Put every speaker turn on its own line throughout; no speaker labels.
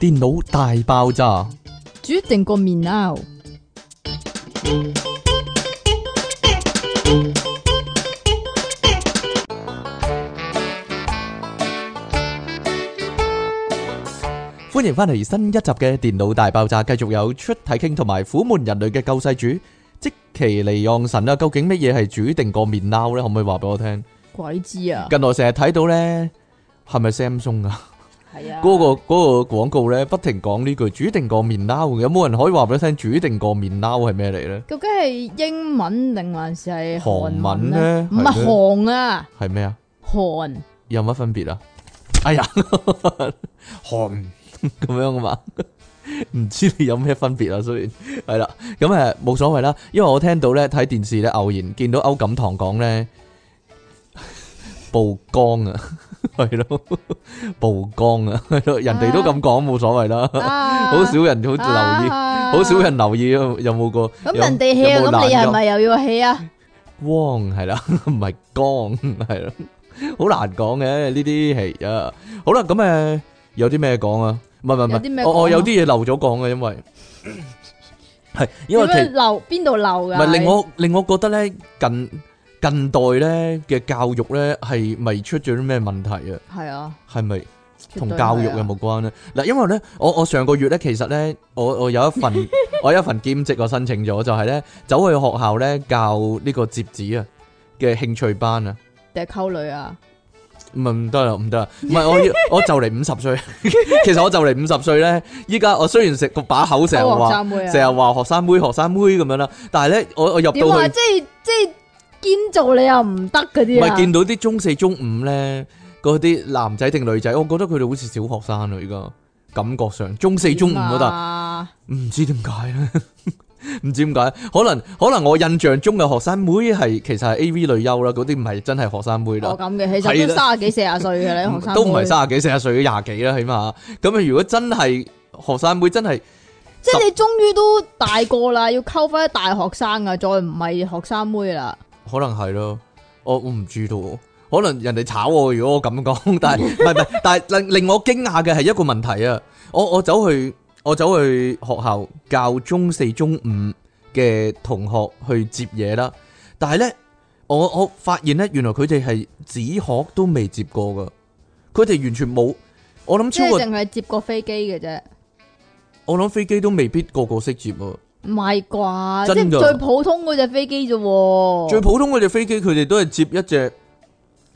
電腦大爆炸，
煮定個麵撈，
歡迎翻嚟新一集嘅電腦大爆炸，繼續有出體傾同埋苦悶人類嘅救世主即其離岸神啦。究竟乜嘢係煮定個麵撈咧？可唔可以話俾我聽？
鬼知啊！
近來成日睇到咧，係咪 Samsung 啊？
係啊，
嗰、個嗰、個廣告咧，不停講呢句煮定個麵撈，有冇人可以話俾我聽煮定個麵撈係咩嚟咧？
究竟係英文定還是係韓
韓文
文
咧
唔係韓啊，
係咩啊？
韓
有乜分別啊？哎呀， 寒咁樣噶嘛， 唔知你有咩分別啊？雖然係啦，咁誒冇所謂啦，因為我聽到咧睇電視咧，偶然見到歐錦棠講咧曝光啊， 係咯，曝光啊，係咯，人哋都咁講冇所謂啦，
啊，
好少人好留意，
啊
好少。人留意有冇個
咁
有
人哋
有
hea，
冇
咁你
懶
係
音
咪又要 hea 啊？
光係啦， 唔係光係咯，好難講嘅呢啲係啊。好啦，咁誒有啲咩講啊？唔係唔係
有
唔
啲咩
係，我我
講啊
有啲嘢漏咗講嘅，因 為係因為
點樣
其
漏邊度漏
唔
噶？
係令我令我覺得咧近近代咧嘅教育咧係咪出咗啲咩問題啊？
係啊，
係咪？
絕
同
對
教育
係啊
有冇關咧？嗱，因為咧，我我上個月咧，其實咧，我我有一 份我有一份兼職，我申請咗，就係咧走去學校咧教呢個摺紙啊嘅興趣班啊，
定係溝女啊？
唔係唔得啦，唔得啦，唔係我要我就嚟五十歲， 其實我就嚟五十歲咧，依家我雖然食個把口成日
溝學
話
生妹啊？
成日話學生妹學生妹咁樣啦，但係咧我我入
點
到
啊？
去
即係即係堅做你又唔得嗰
唔
啲啊？
係見到啲中四中五咧嗰啲男仔定女仔，我覺得佢哋好似小學生啦，而家感覺上中四中五嗰度。
度。
唔知點解咧， 唔知點解，可能可能我印象中嘅學生妹係其實係 A.V. 女優啦，嗰啲唔係真係學生妹啦
我，咁嘅，其實
係
都
啦
三十幾四十歲嘅啦，哦學生
都唔係
妹
三十幾四十歲，廿幾啦起碼。咁啊，如果真係學生妹，真係
即係你終於都大個啦，要溝翻啲大學生啊，再唔係學生妹啦。
可能係咯，我我唔知道，可能人哋炒我，如果我咁講， 但係唔係唔係，但係令令我驚訝嘅係一個問題啊！我我走去我走去學校教中四中五嘅同學去接嘢啦，但係呢，我我發現呢，原來佢哋係紙殼都未接過噶，佢哋完全冇，我諗
即
超
係
過
淨係接個飛機嘅啫，
我諗飛機都未必個個識接啊喎。
唔係啩？即
真㗎
係最普通嗰只飛機啫喎。
最普通嗰只飛機，佢哋都係接一隻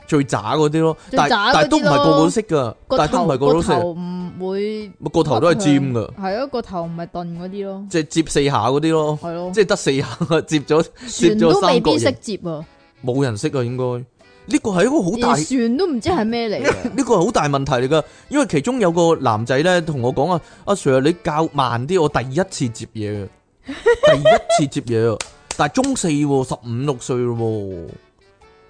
最渣嗰啲咯，
最
但
渣嗰啲
但都唔係個個識噶，
個
但都唔係個個都
頭
識，
個頭唔會
咪個頭都係尖噶，
係咯，個頭唔係鈍嗰啲咯，
即係接四下嗰啲咯，
係咯，
即係得四下 接咗，接
船都
咗
未
三角
必識
形，
接啊，
冇人識啊應該。呢個係一個好
連
大，
船都唔知係咩嚟啊嘅。
呢個係好啊大問題嚟噶，因為其中有個男仔咧同我講啊，阿 Sir 你教慢啲，我第一次接嘢嘅，第一次接嘢啊，但係中四喎，十五六歲咯喎。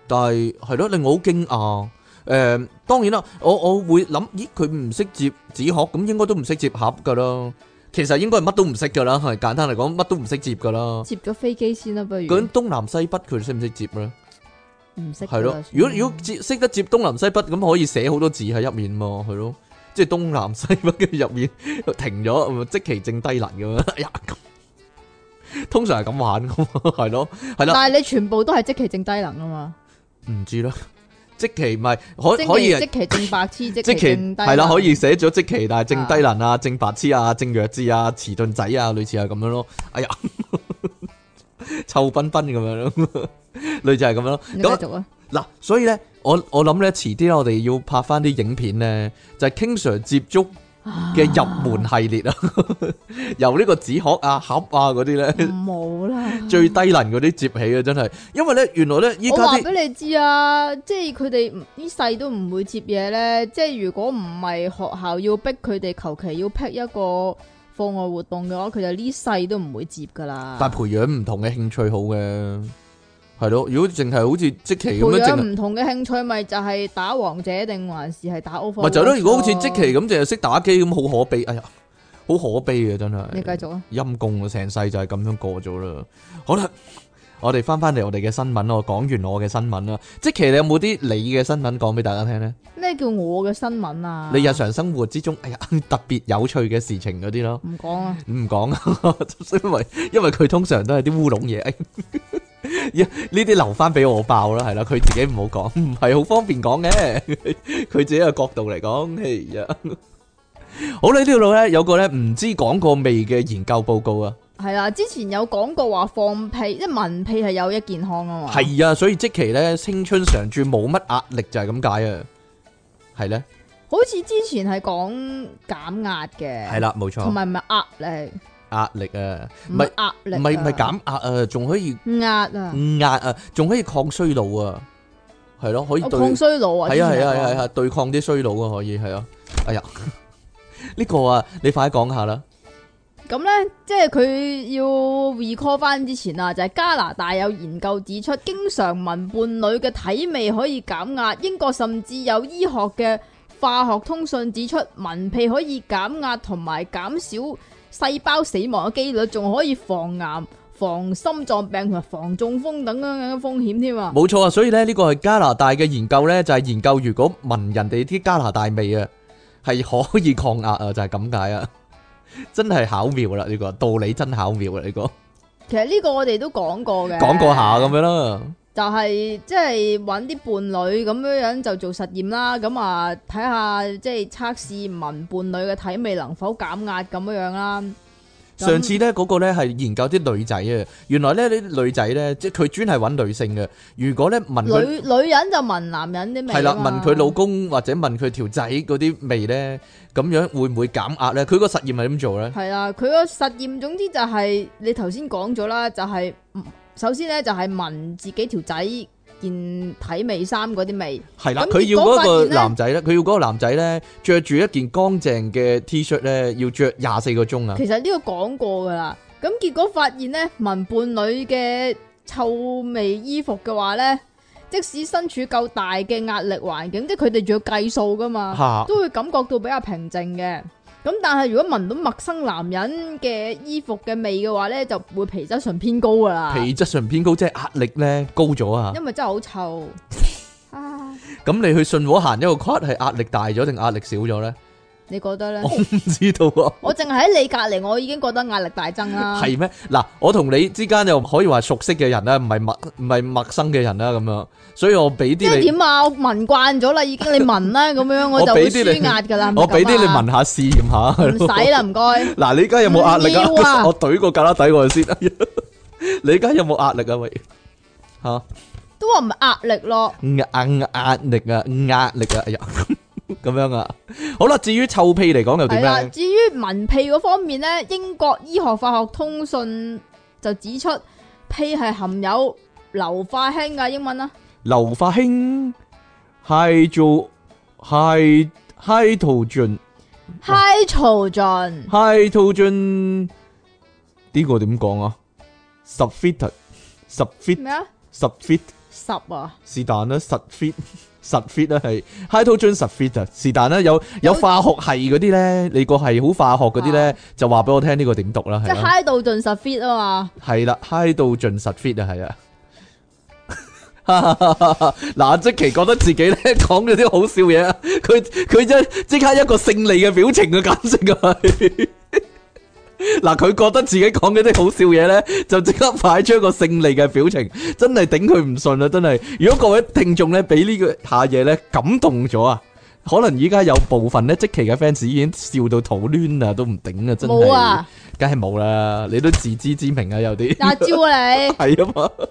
但係係咯，令我好驚訝。誒、當然啦，我我會諗，咦，佢唔識接紙殼，咁應該都唔識接盒噶啦。其實應該係乜都唔識噶啦，係簡單嚟講，乜都唔識接噶啦。
接咗飛機先啦，不如
究竟東南西北佢識唔識接咧？
唔識㗎啦
係咯
算，
如果如果接識得接東南西北，咁可以寫好多字喺入面嘛，係咯，即係東南西北跟住入面 停咗，咪即其正低能咁樣。 哎呀，咁通常係咁玩噶嘛，係咯，係啦，
但係你全部都係即其正低能啊嘛，
唔知啦，即其咪可
即
可以
其
係
即其正白痴，即
即
其
其
正低
係啦，
能
可以寫咗即其，但係正低能啊、正白痴啊、正弱智啊、遲鈍仔啊，類似係咁樣咯。哎呀， 臭彬彬咁樣咯， 類似係咁樣咯。
你繼
咁
續啊，
嗱，所以咧，我我諗咧，遲啲咧，我哋要拍翻啲影片咧，就係、King Sir 接觸嘅入門系列啊，由呢個紙殼啊、盒啊嗰啲咧，
嗯冇啦。
最低能嗰啲接起啊，真係，因為咧，原來咧，依家
我話
啲
俾你知啊，即係佢哋唔呢世都唔會接嘢咧。即係如果唔係學校要逼佢哋，求其要辟一個課外活動嘅話，佢就呢世都唔會接噶啦。
但係培養唔同嘅興趣好嘅，係咯，如果淨係好似即期
培
咁樣，淨啊
養
係
唔同嘅興趣，咪就係打王者定還是係打 o v e r
咪就係咯，如果好似即期咁，淨係識打機咁，好可悲，哎呀，好可悲啊，真係。
你繼續啊，
陰公啊，成世就係咁樣過咗啦。好啦，我哋翻翻嚟我哋嘅新聞，我講完我嘅新聞啦。即其你有冇啲你嘅新聞講俾大家聽呢？
咩叫我嘅新聞啊？
你日常生活之中，哎呀，特別有趣嘅事情嗰啲咯，
唔講啊？
唔講啊，因為因為佢通常都係啲烏龍嘢， 哎呢啲留翻俾我爆啦，係啦，佢自己唔好講，唔係好方便講嘅， 佢自己嘅角度嚟講，哎呀，好啦，呢度咧有個咧唔知講過未嘅研究報告啊。
係啦，之前有講過話放屁，即係聞屁係有益健康啊嘛。
系啊，所以即期咧青春常駐冇乜壓力就係咁解啊，係咧，
好似之前係講減壓嘅，
係啦，冇
同
錯，
埋唔係壓力，
壓力啊，唔
唔
係
係壓力啊，
唔係唔係減壓啊，仲可以
壓啊，
壓啊，仲可以抗衰老啊，係咯，可以
我
對
抗衰老啊，
係啊係啊係啊係
之前有講
啊，對抗啲衰老啊，可以係啊，哎呀， 呢個啊，你快講下啦，
咁咧，即係佢要 recall 翻之前啊，就係、加拿大有研究指出，經常聞伴侶嘅體味可以減壓。英國甚至有醫學嘅化學通訊指出，聞屁可以減壓同埋減少細胞死亡嘅機率，仲可以防癌、防心臟病同埋防中風等等嘅風險添啊！
冇錯啊，所以咧呢個係加拿大嘅研究咧，就係研究如果聞人哋啲加拿大味啊，係可以抗壓啊， 就係咁解啊。真係巧妙啦！呢、個道理真巧妙啦！呢、個。
其實呢個我哋都講過嘅，
講過下咁樣啦，
就係即係揾啲伴侶咁樣樣就做實驗啦，咁啊睇下即係測試聞伴侶嘅體味能否減壓咁樣樣啦。咁
上次呢嗰個呢係研究啲女仔啊，原來呢啲女仔呢，即係佢專係揾女性嘅。如果呢問
女
佢
女人就聞男人啲味，啊
係啦，問佢老，公或者問佢條仔嗰啲味呢，咁樣會唔會減壓呢？佢個實驗係點做呢？
係啦，佢個實驗總之就係、你頭先講咗啦，就係、嗯首先咧就係聞自己條仔件體味衫嗰啲味，
係啦，
咁
佢要
結果
嗰個
發現呢
男仔呢，佢要嗰個男仔呢，着住一件乾淨嘅 T 恤呢，要着廿四個鐘啊！
其實呢個講過噶啦，咁結果發現呢，聞伴侶嘅臭味衣服嘅話呢，即使身處夠大嘅壓力環境，即係佢哋仲要計數噶嘛，
嚇
都會感覺到比較平靜嘅。咁但係如果聞到陌生男人嘅衣服嘅味嘅話呢，就會皮質醇偏高噶啦，
皮質醇偏高，即係壓力呢高咗啊！
因為真係 好臭。啊，
咁你去信和行一個 cut 係壓力大咗定壓力少咗呢？
你覺得呢
我？唔知道啊。
我淨係喺你隔離，我已經覺得壓力大增啦。
系咩？嗱，我同你之間又可以話熟悉嘅人啦，唔係陌唔系陌生嘅人啦，咁樣，所以我俾
即
啲
係
你，
點啊？我聞慣咗啦，已經你聞啦，咁樣
我
我就
俾
會
啲你
舒壓噶啦。
我俾啲你
咁啊
聞下試驗下，係
唔
咯
使啦，唔該。
嗱，你而家有冇壓力
唔要
啊？
啊
我懟個格拉底我先， 你而家有冇壓力啊？喂，吓
都話唔係壓力 咯，
壓壓力啊，壓力啊，哎呀， 咁樣啊，好啦，至於臭屁嚟講又
係
點
啦。
咧？
至於聞屁嗰方面咧，英國醫學化學通訊就指出，屁係含有硫化氫嘅英文啊啦，
硫化氫係做係 hydrogen。啊
hydrogen
hydrogen 呢個點講啊？十 fit 十 fit
咩啊？
十 fit
十啊，
是但啦，十 fit 十 fit 啦係 hydrogen 十 fit 啊，是但啦。有有
有
化學系嗰啲咧，你個係好化學嗰啲
啊
咧，就話俾我聽呢個點讀啦，
即
係
係
啦，
hydrogen 十 fit 啊嘛，
係啦，hydrogen 十 fit 啊，係啊。 嗱，即奇覺得自己咧 講咗啲好笑嘢啊！佢佢一即刻一個勝利嘅表情啊，簡直係。 嗱，佢覺得自己講嗰啲好笑嘢咧，就即刻擺出一個勝利嘅表情，真係頂佢唔順啦！真係，如果各位聽眾咧俾呢個下嘢咧感動咗啊，可能依家有部分咧即期嘅 fans 已經笑到肚攣啦，都唔頂啊！真係，
冇啊，
梗係冇啦，你都自知之明啊，有啲
辣椒啊 你，
係啊嘛，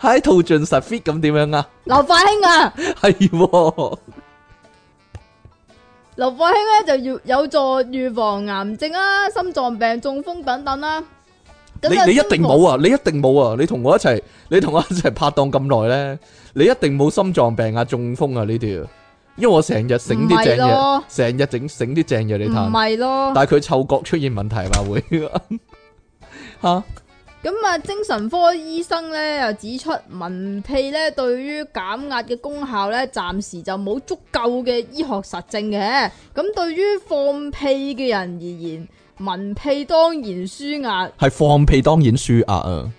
喺套盡實 fit 咁點樣啊？
硫化氫啊，
係喎，
硫化氫咧就要有助預防癌症啊、心臟病、中風等等啦。咁
你
有
你一
心
定
房
冇啊，你一定冇啊，你同我一齊，你同我一齊拍檔咁耐咧，你一定冇心臟病啊、中風啊呢啲啊，因為我成日整啲正
唔係
嘢
咯，
成日整整啲正嘢你
唔
嘆，
係咯。
但係佢嗅覺出現問題嘛會 吓
咁啊，精神科醫生咧又指出，聞屁咧對於減壓嘅功效咧，暫時就冇足夠嘅醫學實證嘅。咁對於放屁嘅人而言，聞屁當然舒壓，
係放屁當然輸壓啊，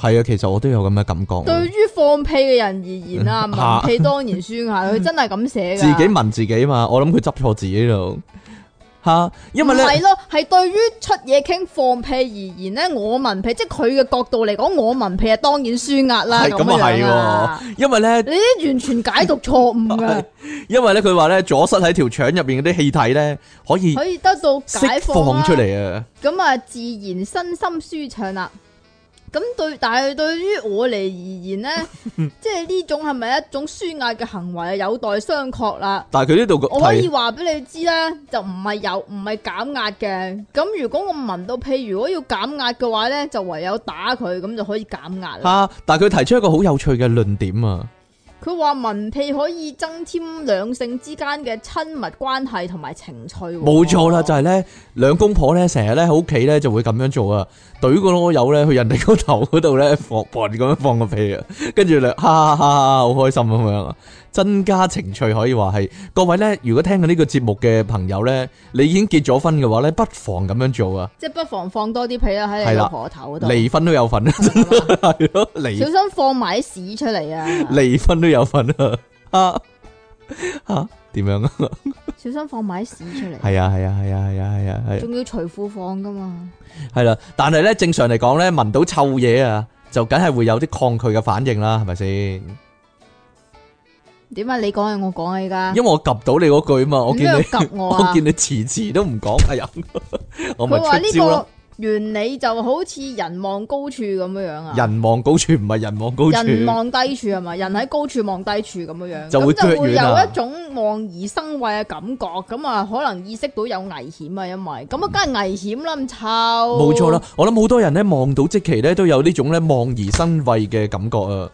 係啊，其實我都有咁嘅感覺。
對於放屁嘅人而言啊，
嚇
文屁當然酸啊，佢真係咁 寫
自
噶。
己問自己嘛，我諗佢執錯字呢度吓，因為
唔係
咧
咯，係對於出嘢傾放屁而言咧，我文屁即係佢嘅角度嚟講，我文屁係當然酸壓啦，
係
咁
咁
樣
啊
啊。
係喎，因為咧
你啲完全解讀錯誤啊噶，
因為咧佢話咧左室喺條腸入邊嗰啲氣體咧可以
可以得到
釋
解放
放
啦
出嚟啊，
咁啊自然身心舒暢啦。咁對，但係對於我嚟而 言咧，即係呢種係咪一種舒壓嘅行為啊，有待商榷啦。
但係佢呢度
我可以
提
話俾你知啦，就唔係有唔係減壓嘅。咁如果我聞到屁，如果要減壓嘅話咧，就唯有打佢，咁就可以減壓啦。
吓，但係佢提出一個好有趣嘅論點啊，
佢話聞屁可以增添兩性之間嘅親密關係同埋情趣喎。
冇錯啦，就係咧兩公婆咧成日咧喺屋企咧就會咁樣做啊，懟個囉柚咧去人哋個頭嗰度咧放放咁樣放個屁啊，跟住咧哈哈哈好開心咁樣啊，增加情趣可以話係各位咧，如果聽緊呢個節目嘅朋友咧，你已經結咗婚嘅話咧，不妨咁樣做啊，
即係不妨放多啲屁啦喺
係
你
啦
老婆頭嗰度，
離婚都有份，
係嘛
係咯離
小心放埋啲屎出 嚟啊！
離婚都有份啊，啊 啊點樣啊？
小心放埋啲屎出嚟，
係啊係啊係啊係啊係啊係啊。
仲要除褲放噶嘛？
系啦，但系咧正常嚟講咧，聞到臭嘢啊，就梗係會有啲抗拒嘅反應啦，係咪先？
點啊？你講啊，我講啊，依家
因為我及到你嗰句嘛，我
你
見
邊
你
度及我啊
我見你遲遲都唔講，哎呀， 我咪
佢話呢
出招咯
個。原理就好似人望高處咁樣樣啊，
人望高處唔係人望高
人
處，
望低處係嘛？人喺高處望低處咁樣 樣，
就會
咁就會
腳軟啊
有一種望而生畏嘅感覺，咁啊可能意識到有危險啊，因為咁啊梗係危險啦，咁臭
冇
冇
錯啦。。我諗好多人咧望到即期咧都有呢種咧望而生畏嘅感覺啊，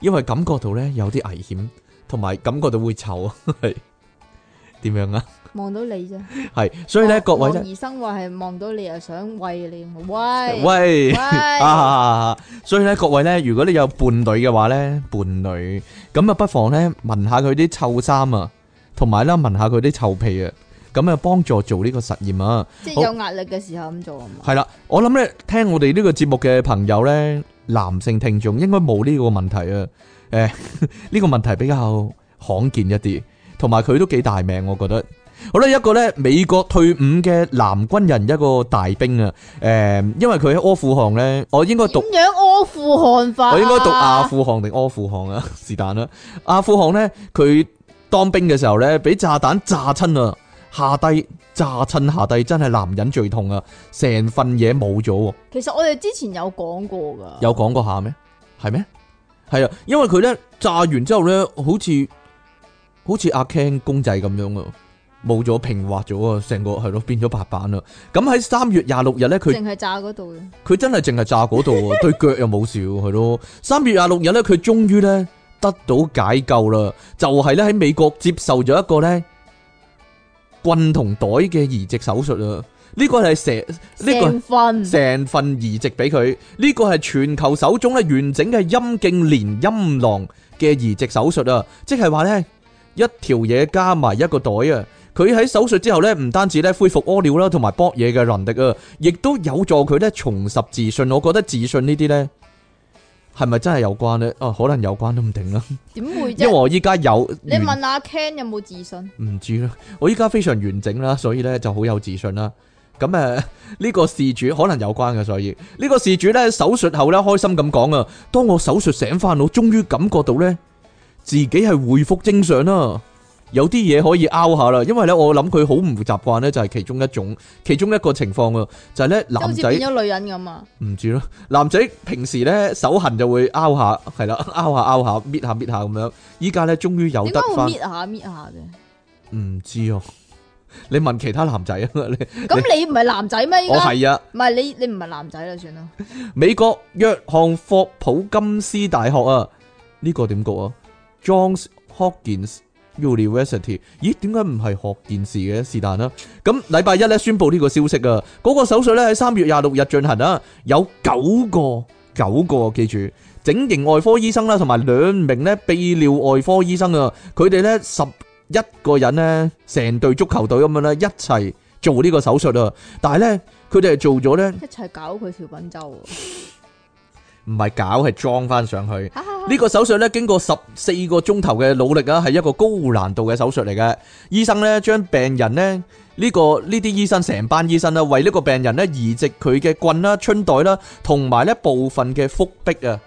因為感覺到咧有啲危險，同埋感覺到會臭啊，係點樣啊？
望到你啫，
係，所
哦
以咧各位咧
望。而生畏係望到你又想喂你，喂
喂
喂
啊！所以咧，各位咧，如果你有伴侶嘅話咧，伴侶咁啊，不妨咧聞下佢啲臭衫啊，同埋啦聞下佢啲臭屁啊，咁啊幫助做呢個實驗啊。
即
好
係有壓力嘅時候咁做啊嘛。
係啦，我諗咧聽我哋呢個節目嘅朋友咧，男性聽眾應該冇呢個問題啊。誒， 呢個問題比較罕見一啲，同埋佢都幾大命，我覺得。好啦，一個咧美國退伍嘅男軍人，一個大兵啊。誒，因為佢喺阿富汗咧，我應該讀
點。樣阿富汗法啊？
我應該讀阿富汗定阿富汗啊？是但啦。阿富汗呢，佢當兵嘅時候呢，俾炸彈炸親啊，下低炸親下低，真係男人最痛啊！成份嘢冇咗喎，
其實我哋之前有講過噶，
有講過下咩？係咩？係啊，因為佢呢炸完之後呢，好似好似阿 Ken 公仔咁樣啊，冇咗平滑咗啊，成個係咯變咗白板啦。咁喺三月廿六日呢，佢
淨係炸嗰度嘅。
佢真係淨係炸嗰度喎，對腳又冇事喎，係咯。 三月廿六日咧，佢終於咧得到解救啦，就係咧喺美國接受咗一個咧棍同袋嘅移植手術啊！呢個係成呢個
成份
成份移植俾佢，呢個係全球首宗咧完整嘅陰莖連陰囊嘅移植手術啊！即係話呢，一條嘢加埋一個袋啊！佢喺手術之後呢，唔單止咧恢復屙尿啦，同埋搏嘢嘅能力啊，亦都有助佢咧重拾自信。我覺得自信呢啲呢，係咪真係有關呢？啊，可能有關都唔定啦，
點會
因為
啫？
我依家有
你問阿 Ken 有冇自信？
唔知啦，我依家非常完整啦，所以咧就好有自信啦。咁誒 呢個事主可能有關嘅，所以呢個事主咧手術後咧開心咁講啊，當我手術醒翻，我終於感覺到咧自己係回復正常啦，有啲嘢可以拗下啦，因為咧我諗佢好唔習慣咧，就係其中一種其中一個情況啊，就係咧
即係好
男
似
仔
變咗女人咁啊！
唔知咯，男仔平時咧手痕就會拗下，係啦，拗下拗下，搣下搣下咁樣，依家咧終於有
點
得
解會
翻
搣。下搣下嘅？
唔知哦，你問其他男仔啊？你
咁你唔係男仔咩？依
我
家
係啊，
唔係你你唔係男仔啦，算啦。
美國約翰霍普金斯大學啊，呢、個點讀啊？Johns Hopkins University，咦？點解唔係學件事嘅？是但啦。咁禮拜一咧宣布呢個消息啊，嗰、個手術咧喺三月廿六日進行啊，有九個九個記住。整形外科醫生啦，同埋兩名咧泌尿外科醫生啊，佢哋咧十一個人咧，成隊足球隊咁樣咧一齊做呢個手術啊，但係咧佢哋係做咗咧。
一齊搞佢條品周喎，
唔係搞，係裝翻上去。 呢個手術咧，經過十四個鐘頭嘅努力啊，係一個高難度嘅手術嚟嘅。醫生咧將病人呢，呢、個呢啲醫生成班醫生啦，為呢個病人咧移植佢嘅棍啦、春袋啦，同埋咧部分嘅腹壁啊，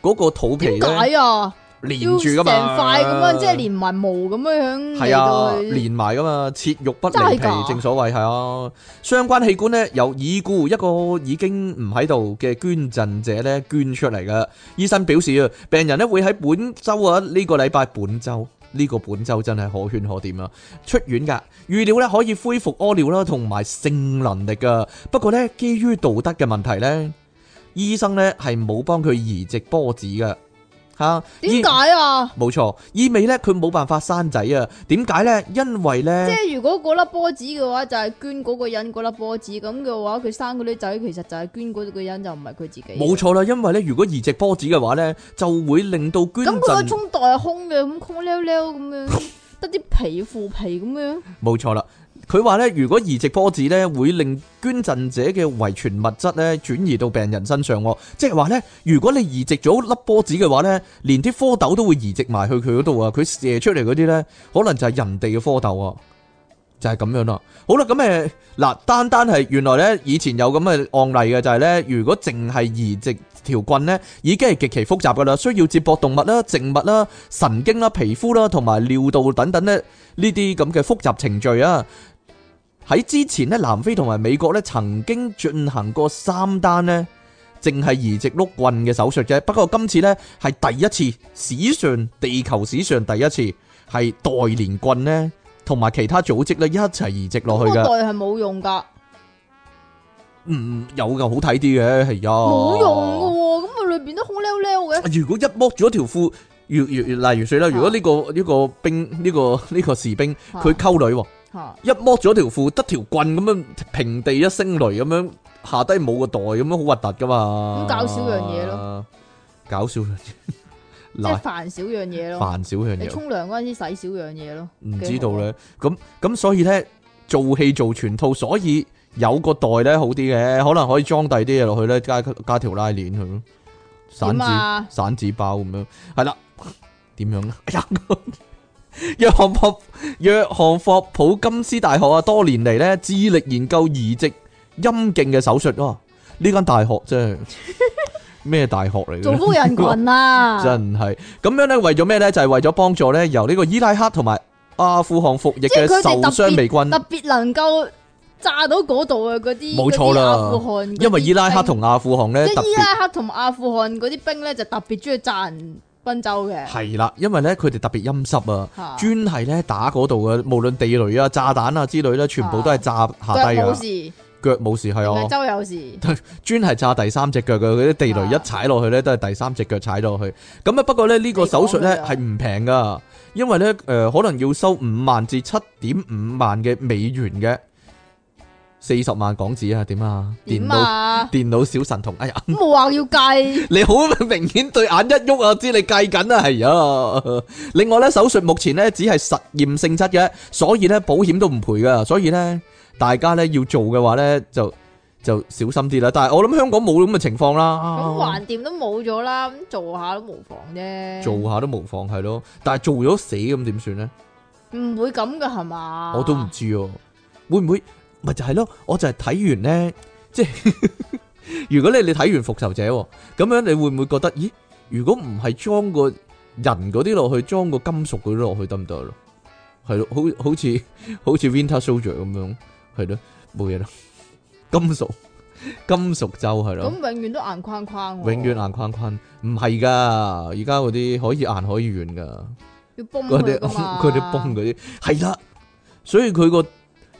嗰、個肚皮
點
咧
解啊？
連
要
住噶
成
嘛，
塊咁樣，即係連埋毛咁樣樣
系
嚟
啊
到，去。
連埋噶嘛，切肉不離
真係㗎
皮，正所謂係啊。相關器官呢，由已故一個已經唔喺度嘅捐贈者呢捐出嚟噶。醫生表示啊，病人呢會喺本周啊呢、個禮拜本周呢、個本周真係可圈可點啊，出院噶。預料呢可以恢復屙尿啦，同埋性能力噶。不過呢，基於道德嘅問題呢，醫生呢係冇幫佢移植波子噶吓。醫
點解啊？
冇錯，意味咧佢冇辦法生仔啊？點解呢？因為呢，
即係如果嗰粒波子嘅話，就係捐嗰個人嗰粒波子咁嘅話，佢生嗰啲仔其實就係捐嗰個人，就唔係佢自己。
冇錯啦，因為呢，如果移植波子嘅話呢，就會令到捐
咁佢個
贈
中袋係空嘅，咁空溜溜咁樣， 得啲皮腐皮咁樣。
冇錯啦。佢話呢，如果移植波子呢，會令捐贈者嘅遺傳物質呢轉移到病人身上喎，即係話呢，如果你移植咗粒波子嘅話呢，連啲蝌蚪都會移植埋去佢嗰度啊！佢射出嚟嗰啲呢，可能就係人哋嘅蝌蚪啊！就係咁樣啦。好啦，咁誒嗱，單單係原來咧，以前有咁嘅案例嘅，就係咧，如果淨係移植條棍咧，已經係極其複雜噶啦，需要接駁動物啦、植物啦、神經啦、皮膚啦同埋尿道等等咧，呢啲咁嘅複雜程序啊。喺之前咧，南非同埋美國咧曾經進行過三單咧，淨係移植碌棍嘅手術啫。不過今次咧係第一次，史上地球史上第一次係代連棍咧，同埋其他組織咧一齊移植落去
嗰個
嘅。
袋係冇用㗎，
嗯，有噶，好睇啲嘅，係啊，
冇用㗎喎，咁佢裏邊都空溜溜嘅。
如果一剝咗條褲，如如例如說啦，如果呢、個呢、個兵呢、個呢、個士兵佢溝女喎，
嚇
一剝咗條褲得條棍咁樣平地一聲雷咁樣下低冇個袋咁樣好核突噶嘛，
咁搞少樣嘢
咯，搞少樣嘢，
即係
嗱
煩少樣嘢咯。
煩少樣
你
嘢。
沖涼嗰陣時洗少樣嘢咯。
唔知
啊
道咧。咁咁所以咧，做戲做全套，所以有個袋咧好啲嘅，可能可以裝第啲嘢落去咧，加加條拉鏈佢咯，散
點
紙、
啊
散紙包咁樣，係啦，點樣咧？ 哎呀約翰霍約翰霍普金斯大學啊，多年嚟咧致力研究移植陰莖嘅手術啊，呢間大學 真係咩大學嚟嘅呢？
造福人群啊！
真係咁樣咧，為咗咩咧？就係、為咗幫助咧，由呢個伊拉克同埋阿富汗服役
即
嘅
係佢哋
受
特
傷
別
美軍
特，別能夠炸到嗰度啊！嗰啲
冇錯啦
嗰啲阿富汗嗰啲兵，
因為伊拉克同阿富汗咧
即
特
係伊
別
拉克同阿富汗嗰啲兵咧，就特別中意炸人賓州嘅。
係啦，因為咧佢哋特別陰濕啊，
嚇
專係咧打嗰度嘅，無論地雷啊、炸彈啊之類咧，全部都係炸下
腳
低
冇
啊，
事，
腳冇事係
定
啊
係。州有事。
專係炸第三隻腳嘅，嗰啲地雷一踩落去咧，都係第三隻腳踩落去。咁啊，不過咧呢個手術咧
你講佢啊
係唔平噶，因為咧誒、呃可能要收五萬至七點五萬嘅美元嘅，四十萬港紙啊，點啊？電
點
腦
啊？
電腦小神童，哎呀，
咁冇話要計，
你好明顯對眼一喐啊，知你計緊啊，係啊。另外咧，手術目前咧只係實驗性質嘅，所以咧保險都唔賠噶，所以咧大家咧要做嘅話咧就就小心啲啦。但係我諗香港冇咁嘅情況
咁
啦，
橫掂都冇咗啦，咁做下都無妨啫。
做啊下都無妨係咯。但係做咗死咁點算咧？
唔會咁噶係嘛？
我都唔知哦，會唔會咪就係咯？我就係睇完咧， 即係如果你你睇完復仇者喎咁樣，你會唔會覺得咦？ 如果唔係裝個人嗰啲落去，裝個金屬嗰啲落去得唔得咯？係咯，好好似 好似 Winter Soldier 咁樣，係咯，冇嘢啦， 金屬 金屬就係
咁
咯，
永遠都硬框框喎，
永遠啊硬框框，唔係噶，而家嗰啲可以硬可以軟噶。
要崩
嗰啲
佢㗎嘛
嗰啲崩嗰啲，係啦，所以佢個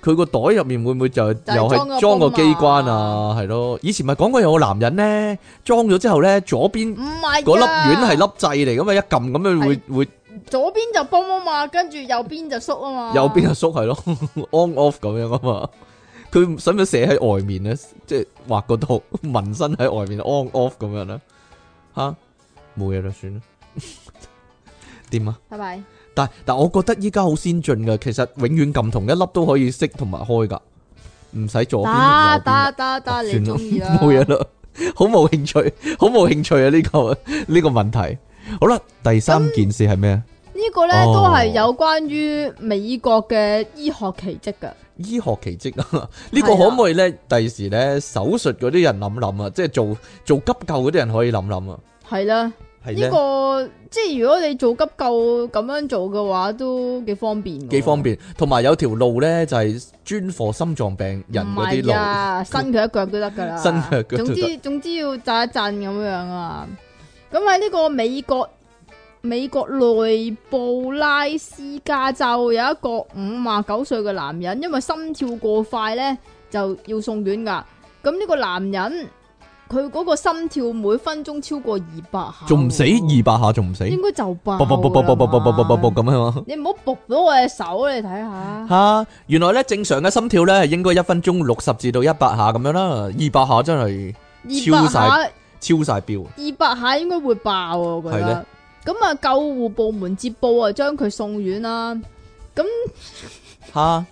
佢個袋入面會唔會就又
係裝個
係裝個
泵
機關啊？係咯，以前咪講過有個男人咧裝咗之後咧，左邊
唔係㗎
嗰粒丸係粒掣嚟，咁啊一撳咁樣會會
左邊就泵啊嘛，跟住右邊就縮啊嘛，
右邊就縮係咯 ，on off 咁樣啊嘛。佢使唔使寫喺外面咧？即係畫嗰度紋身喺外面 on off 咁樣咧？吓，冇嘢啦， 算啦。點啊？
拜拜。
但但我覺得依家好先進噶，其實永遠撳同一粒都可以熄同埋開噶，唔使左邊同右邊
得
啦。
得得得，
算
你
啦
中意 啦。
冇嘢啦。好冇興趣，好冇興趣啊！呢、個呢、個問題。好啦，第三件事係咩啊？
呢個呢
哦
都係有關於美國嘅醫學奇蹟㗎。
醫學奇 蹟啊！呢個可唔可以咧？第時咧手術嗰啲人諗諗啊，即係做做急救嗰啲人可以諗諗啊，
係啦，
係
呢
咧
個即係如果你做急救咁樣做嘅話，都幾方便。
幾方，便。同埋有條路咧就係專貨心臟病人
唔
嗰啲
係
路，
啊，伸佢一腳都得㗎 啦。
伸佢一腳都得
總之總之要震一震咁樣啊。咁喺呢個美國美國內布拉斯加州有一個五啊九歲嘅男人，因為心跳過快呢，就要送院㗎。咁呢個男人佢嗰個心跳每分鐘超過二百下喎，
仲唔死二百下，仲唔死，
應該就爆
卜卜卜卜卜卜卜卜卜卜
咁。
咁樣啊！
你唔好仆到我隻手，你睇下。
吓，原來咧正常嘅心跳咧係應該一分鐘六十至到一百下咁樣啦，二百下真係
二
超
百
晒
下，二
超晒標。
百下應該會爆啊！我覺
係
得
呢。
咁啊，救護部門接報啊，將佢送院啦。
吓，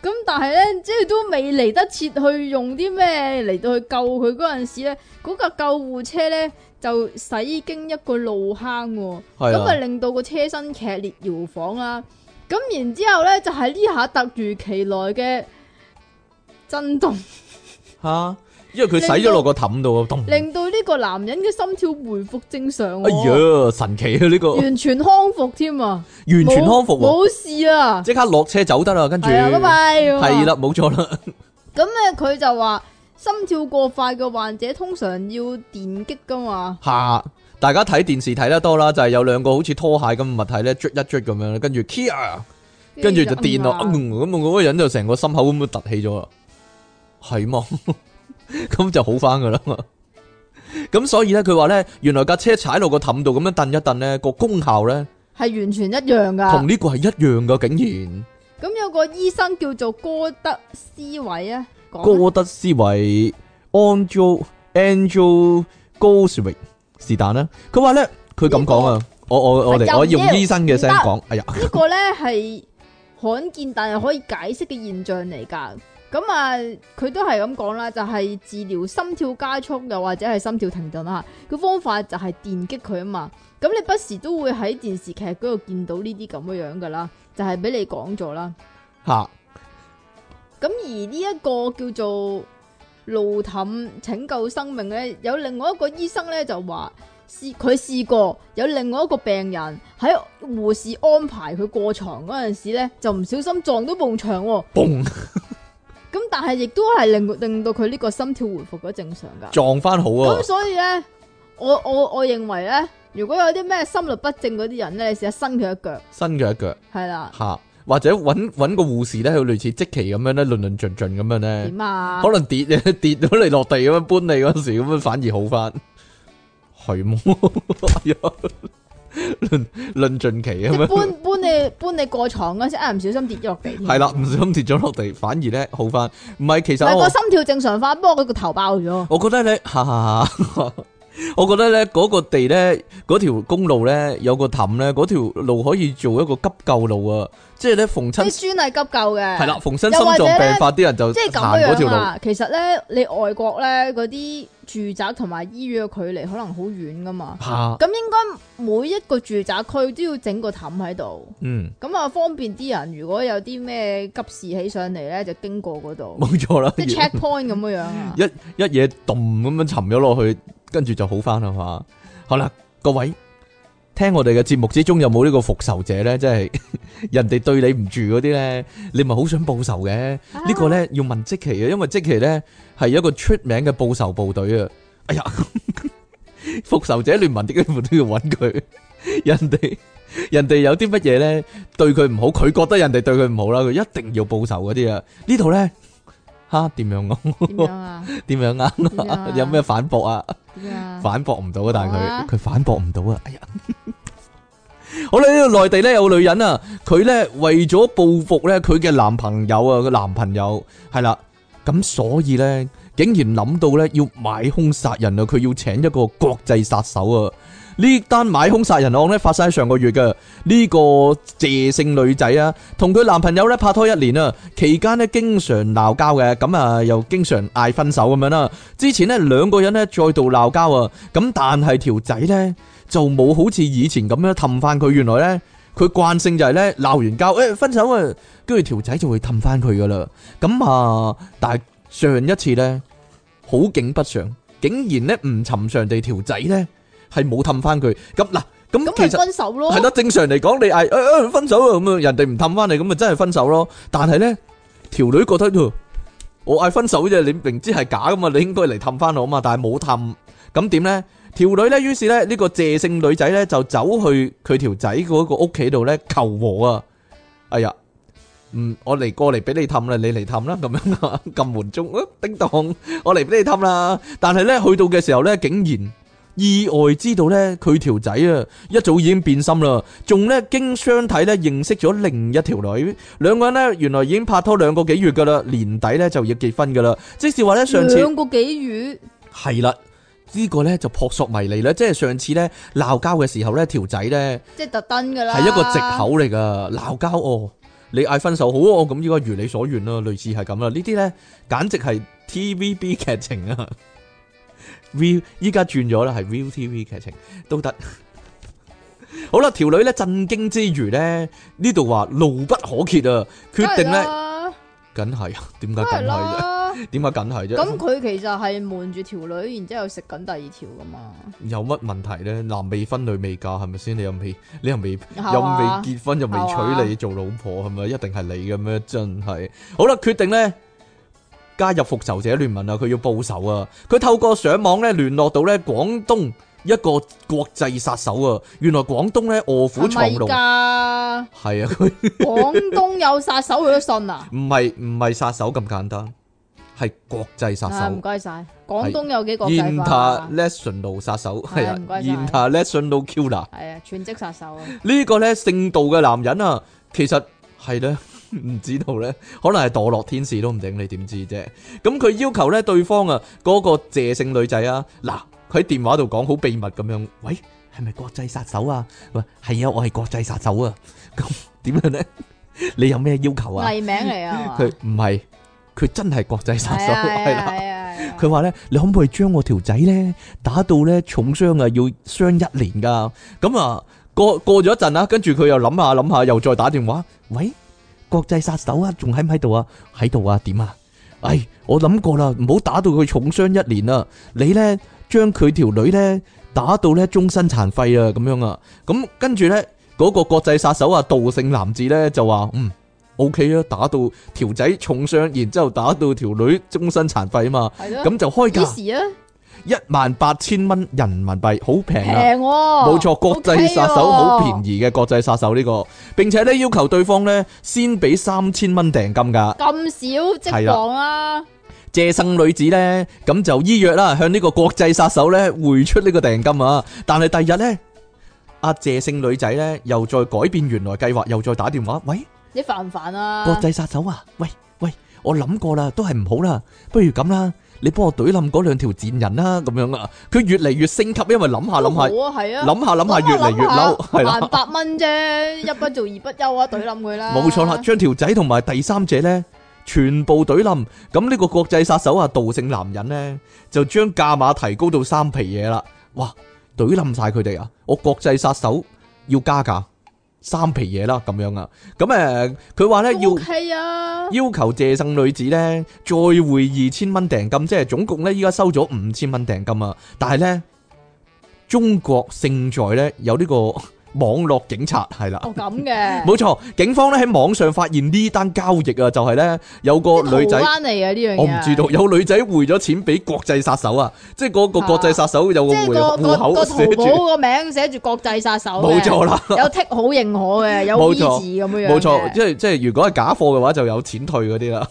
咁但係咧，即係都未嚟得切去用啲咩嚟到去救佢嗰陣時咧，嗰架救護車咧就駛經一個路坑喎，咁啊
係啊，
令到個車身劇烈搖晃啦。咁然之後咧，就係呢下突如其來嘅 震動。
吓，因為佢洗咗落個氹度啊，咚！
令到呢個男人嘅心跳回復正常
哎
喎，
呀，神奇啊！呢個完
完全康復添啊，
全康復喎，
冇冇事啊，
即刻落車走得啦，跟住
係啊，拜拜，
係啦，，冇錯啦，
咁咧佢就話心跳過快嘅患者通常要電擊噶嘛，
吓！大家睇電視睇得多啦，就係有兩個好似拖鞋咁嘅物體咧，捽一捽咁樣，跟住 kia，跟住就電落，
嗯啊
嗯咁嗰個人就成個心口咁樣凸起咗啦，係嘛？ 咁就好翻噶啦嘛。咁所以咧，佢話咧，原來架車踩落個氹度咁樣蹬一蹬咧，個功效咧
係完全一樣噶
同。呢個係一樣噶，竟然。
咁有個醫生叫做哥德斯維啊，講啊
哥德斯維 Angel Angel Goswick 是但啦。佢話咧，佢咁 講啊，我我我
係
哋
又
我用
唔知
醫生嘅聲
唔得
講，哎呀，
呢個呢係罕見但係可以解釋嘅現象嚟㗎。咁啊，佢都係咁講啦，就係、治療心跳加速又或者係心跳停頓啦。個方法就係電擊佢啊嘛。咁你不時都會喺電視劇嗰度見到呢啲咁樣樣㗎啦，就係、俾你講咗啦。
吓
咁而呢一個叫做路氹拯救生命咧，有另外一個醫生咧就話試佢試過有另外一個病人喺護士安排佢過床嗰陣時咧，就唔小心撞到埲牆喎。
嘣
咁但係亦都係令令到佢呢個心跳回復咗正常㗎。
撞翻好啊
咁，所以咧，我我我認為咧，如果有啲咩心律不正嗰啲人咧，你試下伸佢一腳，
伸佢一腳
係啦，
吓，或者揾揾個護士咧，佢類似即期咁樣咧，論論盡盡咁樣咧，
點啊
可？能跌 跌到你落地咁樣搬你嗰時咁樣反而好翻，係麼？哎呀 論論盡期咁
即
樣
係。搬搬你搬你過床嗰陣時，啊唔小心跌咗落地添。
系 啦，唔小心跌咗落地，反而咧好翻。唔係，其
唔
實
係
我
個心跳正常翻，不過佢個頭爆咗。
我覺得咧， 哈哈哈，我覺得咧嗰、個地咧，嗰條公路咧有個氹咧，嗰條路可以做一個急救路啊！即係咧逢親
啲專係急救嘅，
係啦，，逢親心
又或者
臟
呢
病發啲人就
即係
行
咁
嗰
樣
條路，
啊。其實咧，你外國咧嗰啲住宅同埋醫院嘅距離可能好遠噶嘛，
吓，
咁應該每一個住宅區都要整個氹喺度，
嗯，
咁啊方便啲人如果有啲咩急事起上嚟咧，就經過嗰度，
冇錯啦，
即係 check point 咁樣 樣啊。
一一嘢咚咁樣沉咗落去，跟住就好翻啦嘛。好啦，各位聽我哋嘅節目之中有冇呢個復仇者咧？即係 人哋對你唔住嗰啲咧，你咪好想報仇嘅。
啊
呢個咧要問即奇嘅，因為即奇咧係一個出名嘅報仇部隊啊！哎呀， 復仇者聯盟點解都要揾佢？ 人哋人哋有啲乜嘢咧對佢唔好，佢覺得人哋對佢唔好啦，佢一定要報仇嗰啲啊！呢度咧吓點樣講？
點樣啊？
點樣啱啊
啊？
有咩反駁啊？
點啊？
反駁唔到啊！但係
好啊
佢佢反駁唔到啊！哎呀， 好啦，呢度內地咧有個女人啊，佢咧為咗報復咧佢嘅男朋友啊，個男朋友係啦，咁所以咧竟然諗到咧要買兇殺人啊，佢要請一個國際殺手啊，呢單買兇殺人案咧發生喺上個月嘅，呢、個謝姓女仔啊，同佢男朋友咧拍拖一年啊，期間咧經常鬧交嘅，咁啊又經常嗌分手咁樣啦。之前呢，兩個人咧再度鬧交啊，咁但係條仔呢，就冇好似以前咁樣氹翻佢，原來呢，佢慣性就係呢，鬧完交，誒、分手啊，跟住條仔就會氹翻佢噶啦。咁啊，但係上一次呢，好景不常，竟然呢唔尋常地條仔呢係冇氹翻佢。咁嗱，咁
咁
其
咪
實。
分手咯
系。咯，正常嚟講，你嗌诶诶分手啊，咁啊，人哋唔氹翻你，咁咪真係分手咯。但係咧，條女覺得呃我嗌分手啫，你明知係假噶嘛，你應該嚟氹翻我啊嘛，但係冇氹，咁點咧？條女咧，於是咧呢個謝姓女仔咧就走去佢條仔嗰個屋企度咧求和啊！哎呀，嗯，我嚟過嚟俾你氹啦，你嚟氹啦，咁 樣啊，撳門鐘，啊叮當，我嚟俾你氹啦。但係咧去到嘅時候咧，竟然意外知道咧佢條仔啊一早已經變心啦，仲咧經相睇咧認識咗另一條女，兩個人咧原來已經拍拖兩個幾月噶啦，年底咧就要結婚噶啦。即是話咧上次。
兩個幾月，
系啦，呢、個个呢就扑朔迷離啦。即係上次呢鬧交嘅時候呢，條仔呢
即係特登噶啦。
係一個藉口嚟噶。鬧交哦，你嗌分手好哦，咁依家如你所願啦，類似係咁啦。呢啲呢簡直係 TVB 劇情啊！V 依家轉咗啦，係 ViuTV 劇情都得。好啦，條女呢震驚之餘呢，呢度話怒不可遏啊，決定呢，
呢，
梗係啊，點解
梗係
梗係啫？
啦。
點解梗係啫？
咁佢其實係瞞住條女，然之後食緊第二條噶嘛，
有乜問題咧？男未婚女未嫁係咪先？你又未你又未
係
又未
嘛
結婚又未
係嘛
娶你做老婆係咪？一定係你嘅咩？真係好啦，決定咧加入復仇者聯盟啊！佢要報仇啊！佢透過上網咧聯絡到咧廣東一個國際殺手啊！原來廣東咧卧虎
係
藏
咪
龍，
㗎？
係啊！佢
廣東有殺手佢都信啊！
唔係唔係殺手咁簡單，係國際殺
啊，唔
手。
該晒。廣東有幾個啊仔化？
International 殺手係啊
係唔該晒
，International Killer。
係啊，全職殺手啊！
呢 個咧姓杜嘅男人啊，其實係咧唔知道咧，可能係墮落天使都唔定，你點知啫？咁佢要求咧對方啊，嗰、個謝姓女仔啊，嗱佢喺電話度講好秘密咁樣，喂係咪國際殺手啊？喂係啊，我係國際殺手啊， 咁點樣咧？你有咩要求啊？
藝名嚟啊
佢唔係佢真係國際
係嘛，
殺手
係啊
係
係
啦
啊。係啊係啊，
佢話咧，你可唔可以將我條仔咧打到咧重傷啊，要傷一年噶？咁啊，過過咗一陣啦，啊跟住佢又諗下諗下，又再打電話，喂，國際殺手啊，仲喺唔喺度啊？喺度啊？點啊？唉，我諗過啦，唔好打到佢重傷一年啊！你咧將佢條女咧打到咧終身殘廢啊，咁樣啊，咁跟住咧嗰個國際殺手啊，道姓男子咧就話嗯。O K 啊，打到條仔重傷，然之後打到條女終身殘廢啊嘛，
係咯。
咁就開價
幾時啊？
一萬八千蚊人民幣，好平
平
啊！
喎，
冇錯，國際殺手好便
宜，
宜嘅國際殺手呢個，並且咧要求對方咧先俾三千蚊訂金㗎。
咁少即磅啦，
借生女子呢，咁就依約啦，向呢個國際殺手呢匯出呢個訂金啊！但係第二日呢，阿謝姓女仔呢又再改變原來計劃，又再打電話，喂，
你煩唔煩啊？
國際殺手啊，喂喂，我諗過啦，都係唔好啦，不如咁啦，你幫我懟冧嗰兩條賤人啦，咁樣啊！佢越嚟越升級，因為諗下諗下。
都好啊，係啊，
谂下諗下越嚟越嬲，係啦
萬，八蚊啫，一不做二不休啊，懟冧佢啦。
冇錯啦，將條仔同埋第三者咧全部懟冧，咁呢個國際殺手啊，道姓男人咧就將價碼提高到三皮嘢啦，哇，懟冧晒佢哋啊！我國際殺手要加價三皮嘢啦，咁樣啊，咁誒佢話咧要
O。K 啊，
要求謝生女子呢再匯二千蚊訂金，即係總共呢依家收咗五千蚊訂金啊！但係呢，中國勝在呢有呢個網絡警察係啦，
哦咁嘅，
冇錯，警方呢喺網上發現呢單交易啊，就係呢有個女仔
台。灣嚟嘅呢樣嘢，
我唔知道，有女仔匯咗錢俾國際殺手啊！即係嗰個國際殺手有個
即係
戶
個
戶
個
口
個
寫
淘
住，
寶個名寫住國際殺手嘅，
冇錯啦
有剔好啊認可嘅，有
冇
V 字
錯
咁樣樣嘅，
冇錯，即係即係如果係假貨嘅話，就有錢退嗰啲啦。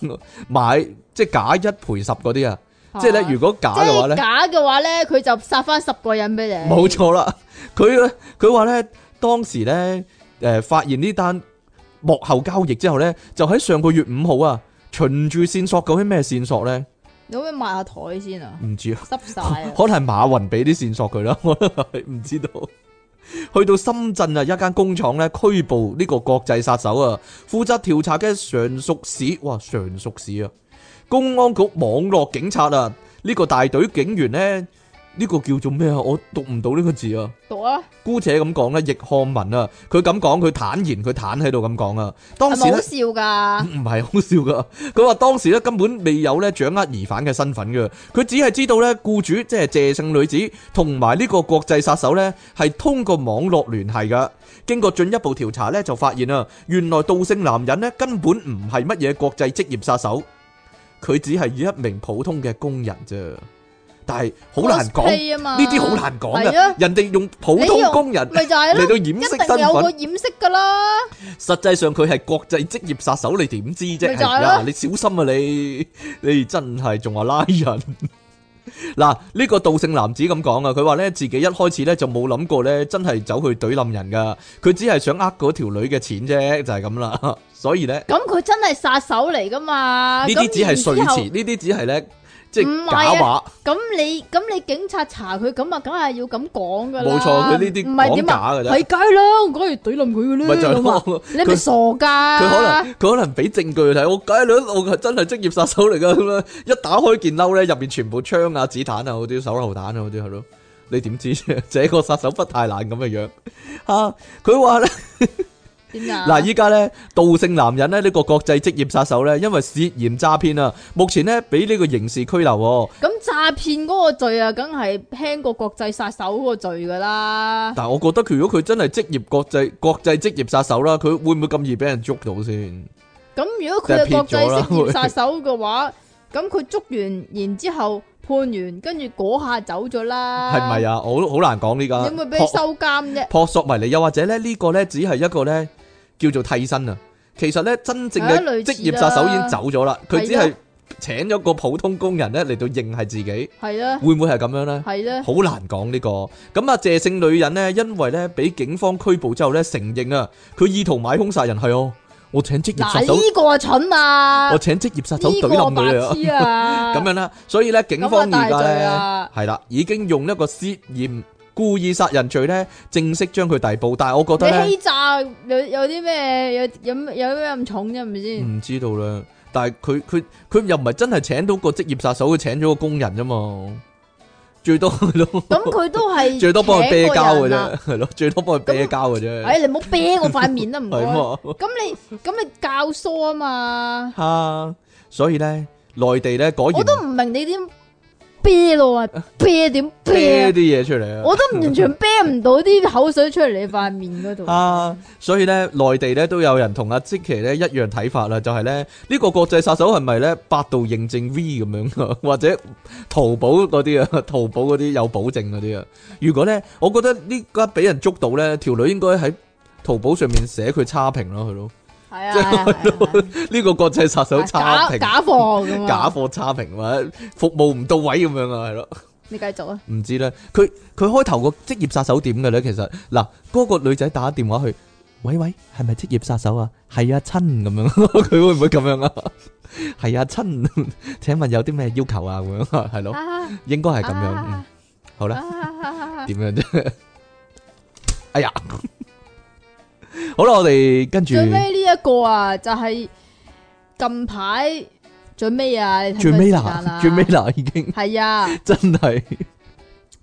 買即係假一賠十嗰啲啊！
嚇
即係咧，如果假嘅話
即係
咧。
假嘅話咧，佢就殺翻十個人俾你，
冇錯啦，佢咧佢話咧，當時咧誒、呃、發現呢單幕後交易之後咧，就喺上個月五號啊，循住線索究竟咩線索咧？
你可唔可以抹下台 先啊？
唔知啊。
濕晒啊！
可能係馬雲俾啲線索佢啦， 我都係唔知道。去到深圳啊，一間工廠咧拘捕呢個國際殺手啊，負責調查嘅常熟市，哇常熟市啊，公安局網絡警察啊，呢、個大隊警員呢，呢、個叫做咩啊？我讀唔到呢個字啊。
讀啊，
姑且咁講咧，易漢文啊，佢咁講，佢坦言，佢坦喺度咁講啊。當
係
時
咪
咧
好。笑噶？
唔係好笑噶，佢話當時咧根本未有咧掌握疑犯嘅身份嘅，佢只係知道咧僱主即係謝姓女子同埋呢個國際殺手咧係通過網絡聯繫噶。經過進一步調查咧，就發現啊，原來道姓男人咧根本唔係乜嘢國際職業殺手，佢只係一名普通嘅工人啫。但係好難講，呢
Cosplay 啊嘛，
啲好難講
係啊
嘅，人哋用普通工人
咪就係
嚟
咯，
到掩
一
飾身
定有
份
個。掩飾噶啦。
實際上佢係國際職業殺手，你點知啫？
咪就係
哎
咯
呀你小心啊你！ 你真係仲話拉人。 嗱，呢個道姓男子咁講啊，佢話呢，自己一開始呢就冇諗過呢，真係走去懟冧人噶，佢只係想呃嗰條女嘅錢啫，就係咁啦。 所以呢，呢
咁佢真係殺手嚟噶嘛？
啲只係
啊咁
碎
然之後
詞，呢啲只係呢，即
唔
係
係
假
啊
話，
咁你咁你警察查佢咁啊，梗係要咁講噶啦。
冇錯佢呢啲
唔係點啊？
講假㗎啫
係梗係啦，我梗係懟冧佢
咪就
嘅
係
啦。
咯。
你係咪
佢
傻噶？
佢可能佢可能俾證據睇，我解兩我係真係職業殺手嚟噶咁樣，一打開件褸咧，入邊全部槍啊、子彈啊、嗰啲手榴彈啊、嗰啲係咯，你點知啫？ 這個殺手不太冷咁嘅樣啊！佢話咧
點啊？
嗱，依家咧道姓男人咧呢個國際職業殺手咧，因為涉嫌詐騙啊，目前咧俾呢個刑事拘留喎。
咁詐騙嗰個罪啊，梗係輕過國際殺手嗰個罪噶啦。
但係我覺得如果佢真係職業國際國際職業殺手啦，佢會唔會咁易俾人捉到先？
咁如果佢係國
即係撇咗
際
啦
職業殺手嘅話，咁佢捉完，然之後判完，跟住嗰下走咗啦。
係咪啊？我都好難講呢家。
點會俾佢收監啫？
撲朔迷離，又或者咧呢個咧只係一個咧叫做替身啊。其實咧真正
係啊
嘅
類似
職
啦
業殺手已經走咗啦，佢只
係
係
啊
請咗個普通工人咧嚟到認係自己，
係啦，
會唔會係咁樣呢？
係啦，
好難講呢個。咁啊，謝姓女人呢，因為咧俾警方拘捕之後咧，承認啊，佢意圖買兇殺人係哦，我請職業殺
嗱
手，
呢個啊蠢啊，
我
呢
請職業殺手懟
個
冧
白
佢啊！
痴 啊，
咁樣啦，所以咧，警方而家
咁啊大罪
咧
啦
係啦，已經用一個涉嫌故意殺人罪咧，正式將佢逮捕。但係我覺得咧
你。欺詐有有啲咩有有有咩咁重啫？係咪先？
唔知道啦，但系佢佢佢又唔係真係請到個職業殺手，佢請咗個工人啫嘛，最多 係咯，
咁佢都 係
最多幫佢啤
請
膠嘅
個人啊
啫，。係咯，最多幫佢啤膠嘅啫，
哎，你唔好啤我塊面啦，唔該。咁
係嘛
你咁你教唆啊嘛，
吓，所以咧，內地咧果然
我都唔啊明你點啤咯啊，啤點啤啊
啤啲嘢出嚟啊。
我都完全啤唔到啲口水出嚟你塊面 嗰度。
啊，所以咧，內地咧都有人同阿即奇咧一樣睇法啦，就係咧呢個國際殺手係咪咧百度認證 V 咁樣 啊，或者淘寶嗰啲啊，淘寶嗰啲有保證嗰啲啊。如果咧，我覺得呢家俾人捉到咧，條女應該喺淘寶上面寫佢差評咯，係咯，
係啊
即係
係啊，係啊
呢個國際殺手差
假
評，
假貨咁啊！
假貨差評或者服務唔到位咁樣啊，係咯。
你繼續啊！
唔知咧，佢佢開頭個職業殺手點嘅咧？其實嗱，嗰、個女仔打電話去，喂喂，係咪職業殺手啊？係啊，親咁樣， 佢會唔會咁樣啊？ 係啊，親， 請問有啲咩要求啊？咁樣係咯，
啊
應該係咁樣。嗯
啊
好啦，
啊
點樣啫？ 哎呀，好啦，我哋跟住
最尾呢一個啊，就係近排最尾啊，你睇唔睇
最尾
時間
啦，
啊
最尾啦，已經
係啊。
真係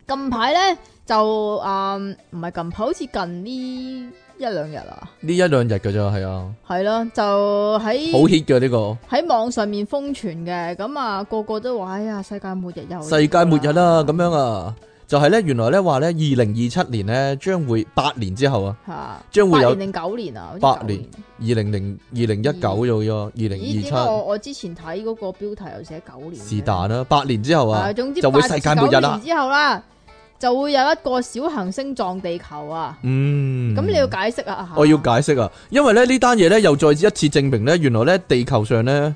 近排咧就啊，嗯唔係近排，好似近呢一兩日啊，
呢一兩日嘅咋，係啊，
係咯，就
好
喺
hit 嘅呢個。
喺網上面瘋傳嘅，咁啊個個都話：哎呀，世界末日又嚟
世界末日啦，咁
啦
樣啊，就係呢。原來呢話呢，二零二七年呢將會八年之後啊，
嚇，
將會
八
有
年定九年啊，好似
八
九
年二零零二零一九咗咗，二零
咦？點解我
二
我之前睇嗰個標題又寫九年嘅？
七是但啦，八年之後啊
啊，，總之
就會
八至
世界末日啦
九年之後啦，就會有一個小行星撞地球啊！
嗯，
咁你要解釋啊嚇
我要解釋啊，因為咧呢單嘢呢，又再一次證明呢，原來呢地球上呢，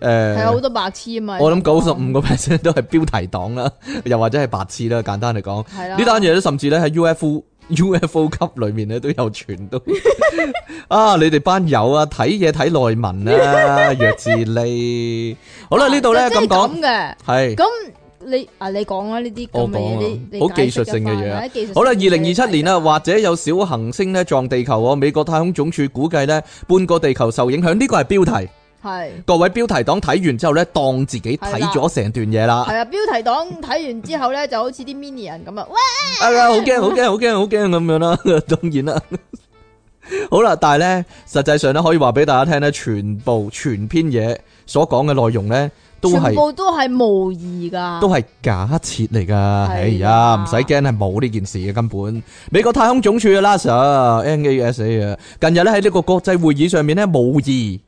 誒
係有好多白痴啊嘛！
我諗
你講
九十五個 percent 都係標題黨啦，又或者係白痴啦，簡單嚟講。
係啦，啊
呢單嘢咧，甚至咧喺 UFO UFO 級裏面咧都有傳到 啊！你哋班友啊，睇嘢睇內文 啊，弱智呢？好啦，呢度咧
就即
咁
係
講
嘅。
係。
咁你啊，你講啦呢啲咁嘅
我講啊
嘢，你你
好
解釋一
技術性嘅嘢啊
番啦技術性
好啦，二
嘅嘢
零二七年啊，或者有小行星咧撞地球喎，美國太空總署估計咧半個地球受影響，呢個係標題。
係
各位標題黨睇完之後咧，當自己睇咗成段嘢啦，
係啊，標題黨睇完之後咧，就好似啲 mini 人咁啊，喂，
啊好驚好驚好驚好驚咁樣啦， 當然啦。好啦，但係咧，實際上咧，可以話俾大家聽咧，全部全篇嘢所講嘅內容咧，都
全
係
部都係模擬㗎，
都係假設嚟噶。哎呀，唔使驚，係冇呢件事嘅根本。美國太空總署嘅 NASA（NASA） 啊，近日咧喺呢個國際會議上面咧，模擬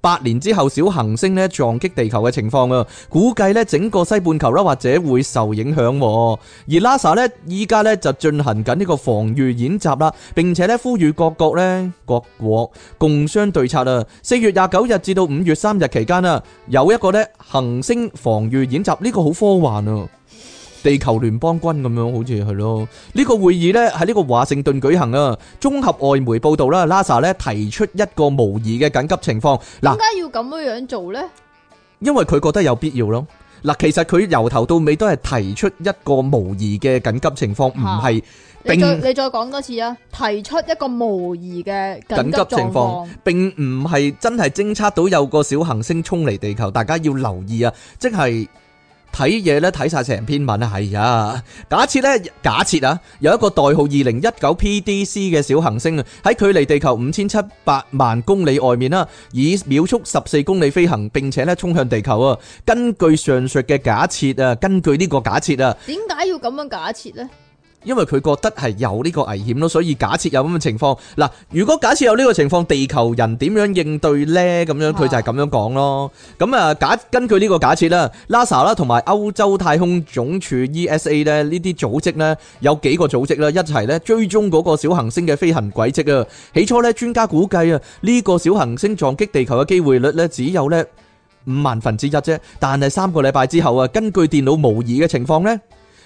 八年之後小行星咧撞擊地球嘅情況啊，估計咧整個西半球啦或者會受影響喎。而 NASA 咧依家咧就進行緊呢個防禦演習啦，並且咧呼籲各國咧各國共商對策啊。四月廿九日至到五月三日期間啊，有一個咧行星防禦演習，呢、個好科幻啊！地球聯邦軍咁樣好似係咯，呢、個會議呢喺呢個華盛頓舉行啊。綜合外媒報導啦，NASA 咧提出一個模擬嘅緊急情況嗱
點。解要咁樣樣做咧？
因為佢覺得有必要咯。嗱，其實佢由頭到尾都係提出一個模擬嘅緊急情況，唔係
你
並
再你再講多次啊！提出一個模擬嘅
緊
緊
急情
狀
況
況，，
並唔係真係偵測到有個小行星衝嚟地球，大家要留意啊！即係睇嘢咧，睇晒成篇文啊，係啊！假設咧，假設啊，有一個代號二零一九 PDC 嘅小行星啊，喺距離地球五千七百萬公里外面啦，以秒速十四公里飛行，並且咧衝向地球啊！根據上述嘅假設啊，根據呢個假設啊。
點解要咁樣假設咧？
因為佢覺得係有呢個危險咯，所以假設有咁嘅情況，嗱，如果假設有呢個情況，地球人點樣應對呢？咁樣
啊
佢就係咁樣講咯。咁啊，假根據呢個假設啦，NASA 啦同埋歐洲太空總署 ESA 咧呢啲組織呢，有幾個組織啦，一齊咧追蹤嗰個小行星嘅飛行軌跡啊。起初呢，專家估計啊，呢、個小行星撞擊地球嘅機會率呢，只有呢五萬分之一啫。但係三個禮拜之後啊，根據電腦模擬嘅情況呢。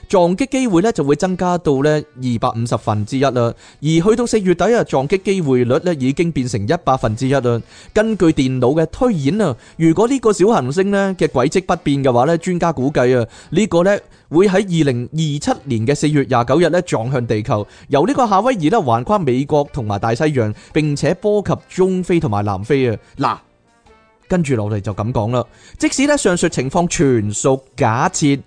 撞擊機會咧就會增加到咧二百五十分之一啦，而去到四月底啊，撞擊機會率咧已經變成一百分之一啦。根據電腦嘅推演啊，如果呢個小行星咧嘅軌跡不變嘅話咧，專家估計啊，呢個咧會喺二零二七年嘅四月廿九日咧撞向地球，由呢個夏威夷咧橫跨美國同埋大西洋，並且波及中非同埋南非啊。嗱，跟住落嚟就咁講啦，即使咧上述情況全屬假設。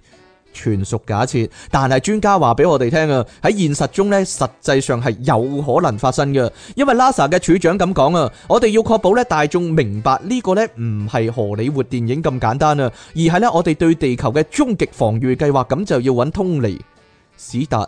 全屬假設，但係專家話俾我哋聽啊，喺現實中呢，實際上係有可能發生嘅，因為 NASA 嘅處長咁講啊，我哋要確保呢大眾明白呢個呢唔係荷里活電影咁簡單啊，而係呢我哋對地球嘅終極防禦計劃，咁就要揾通尼史達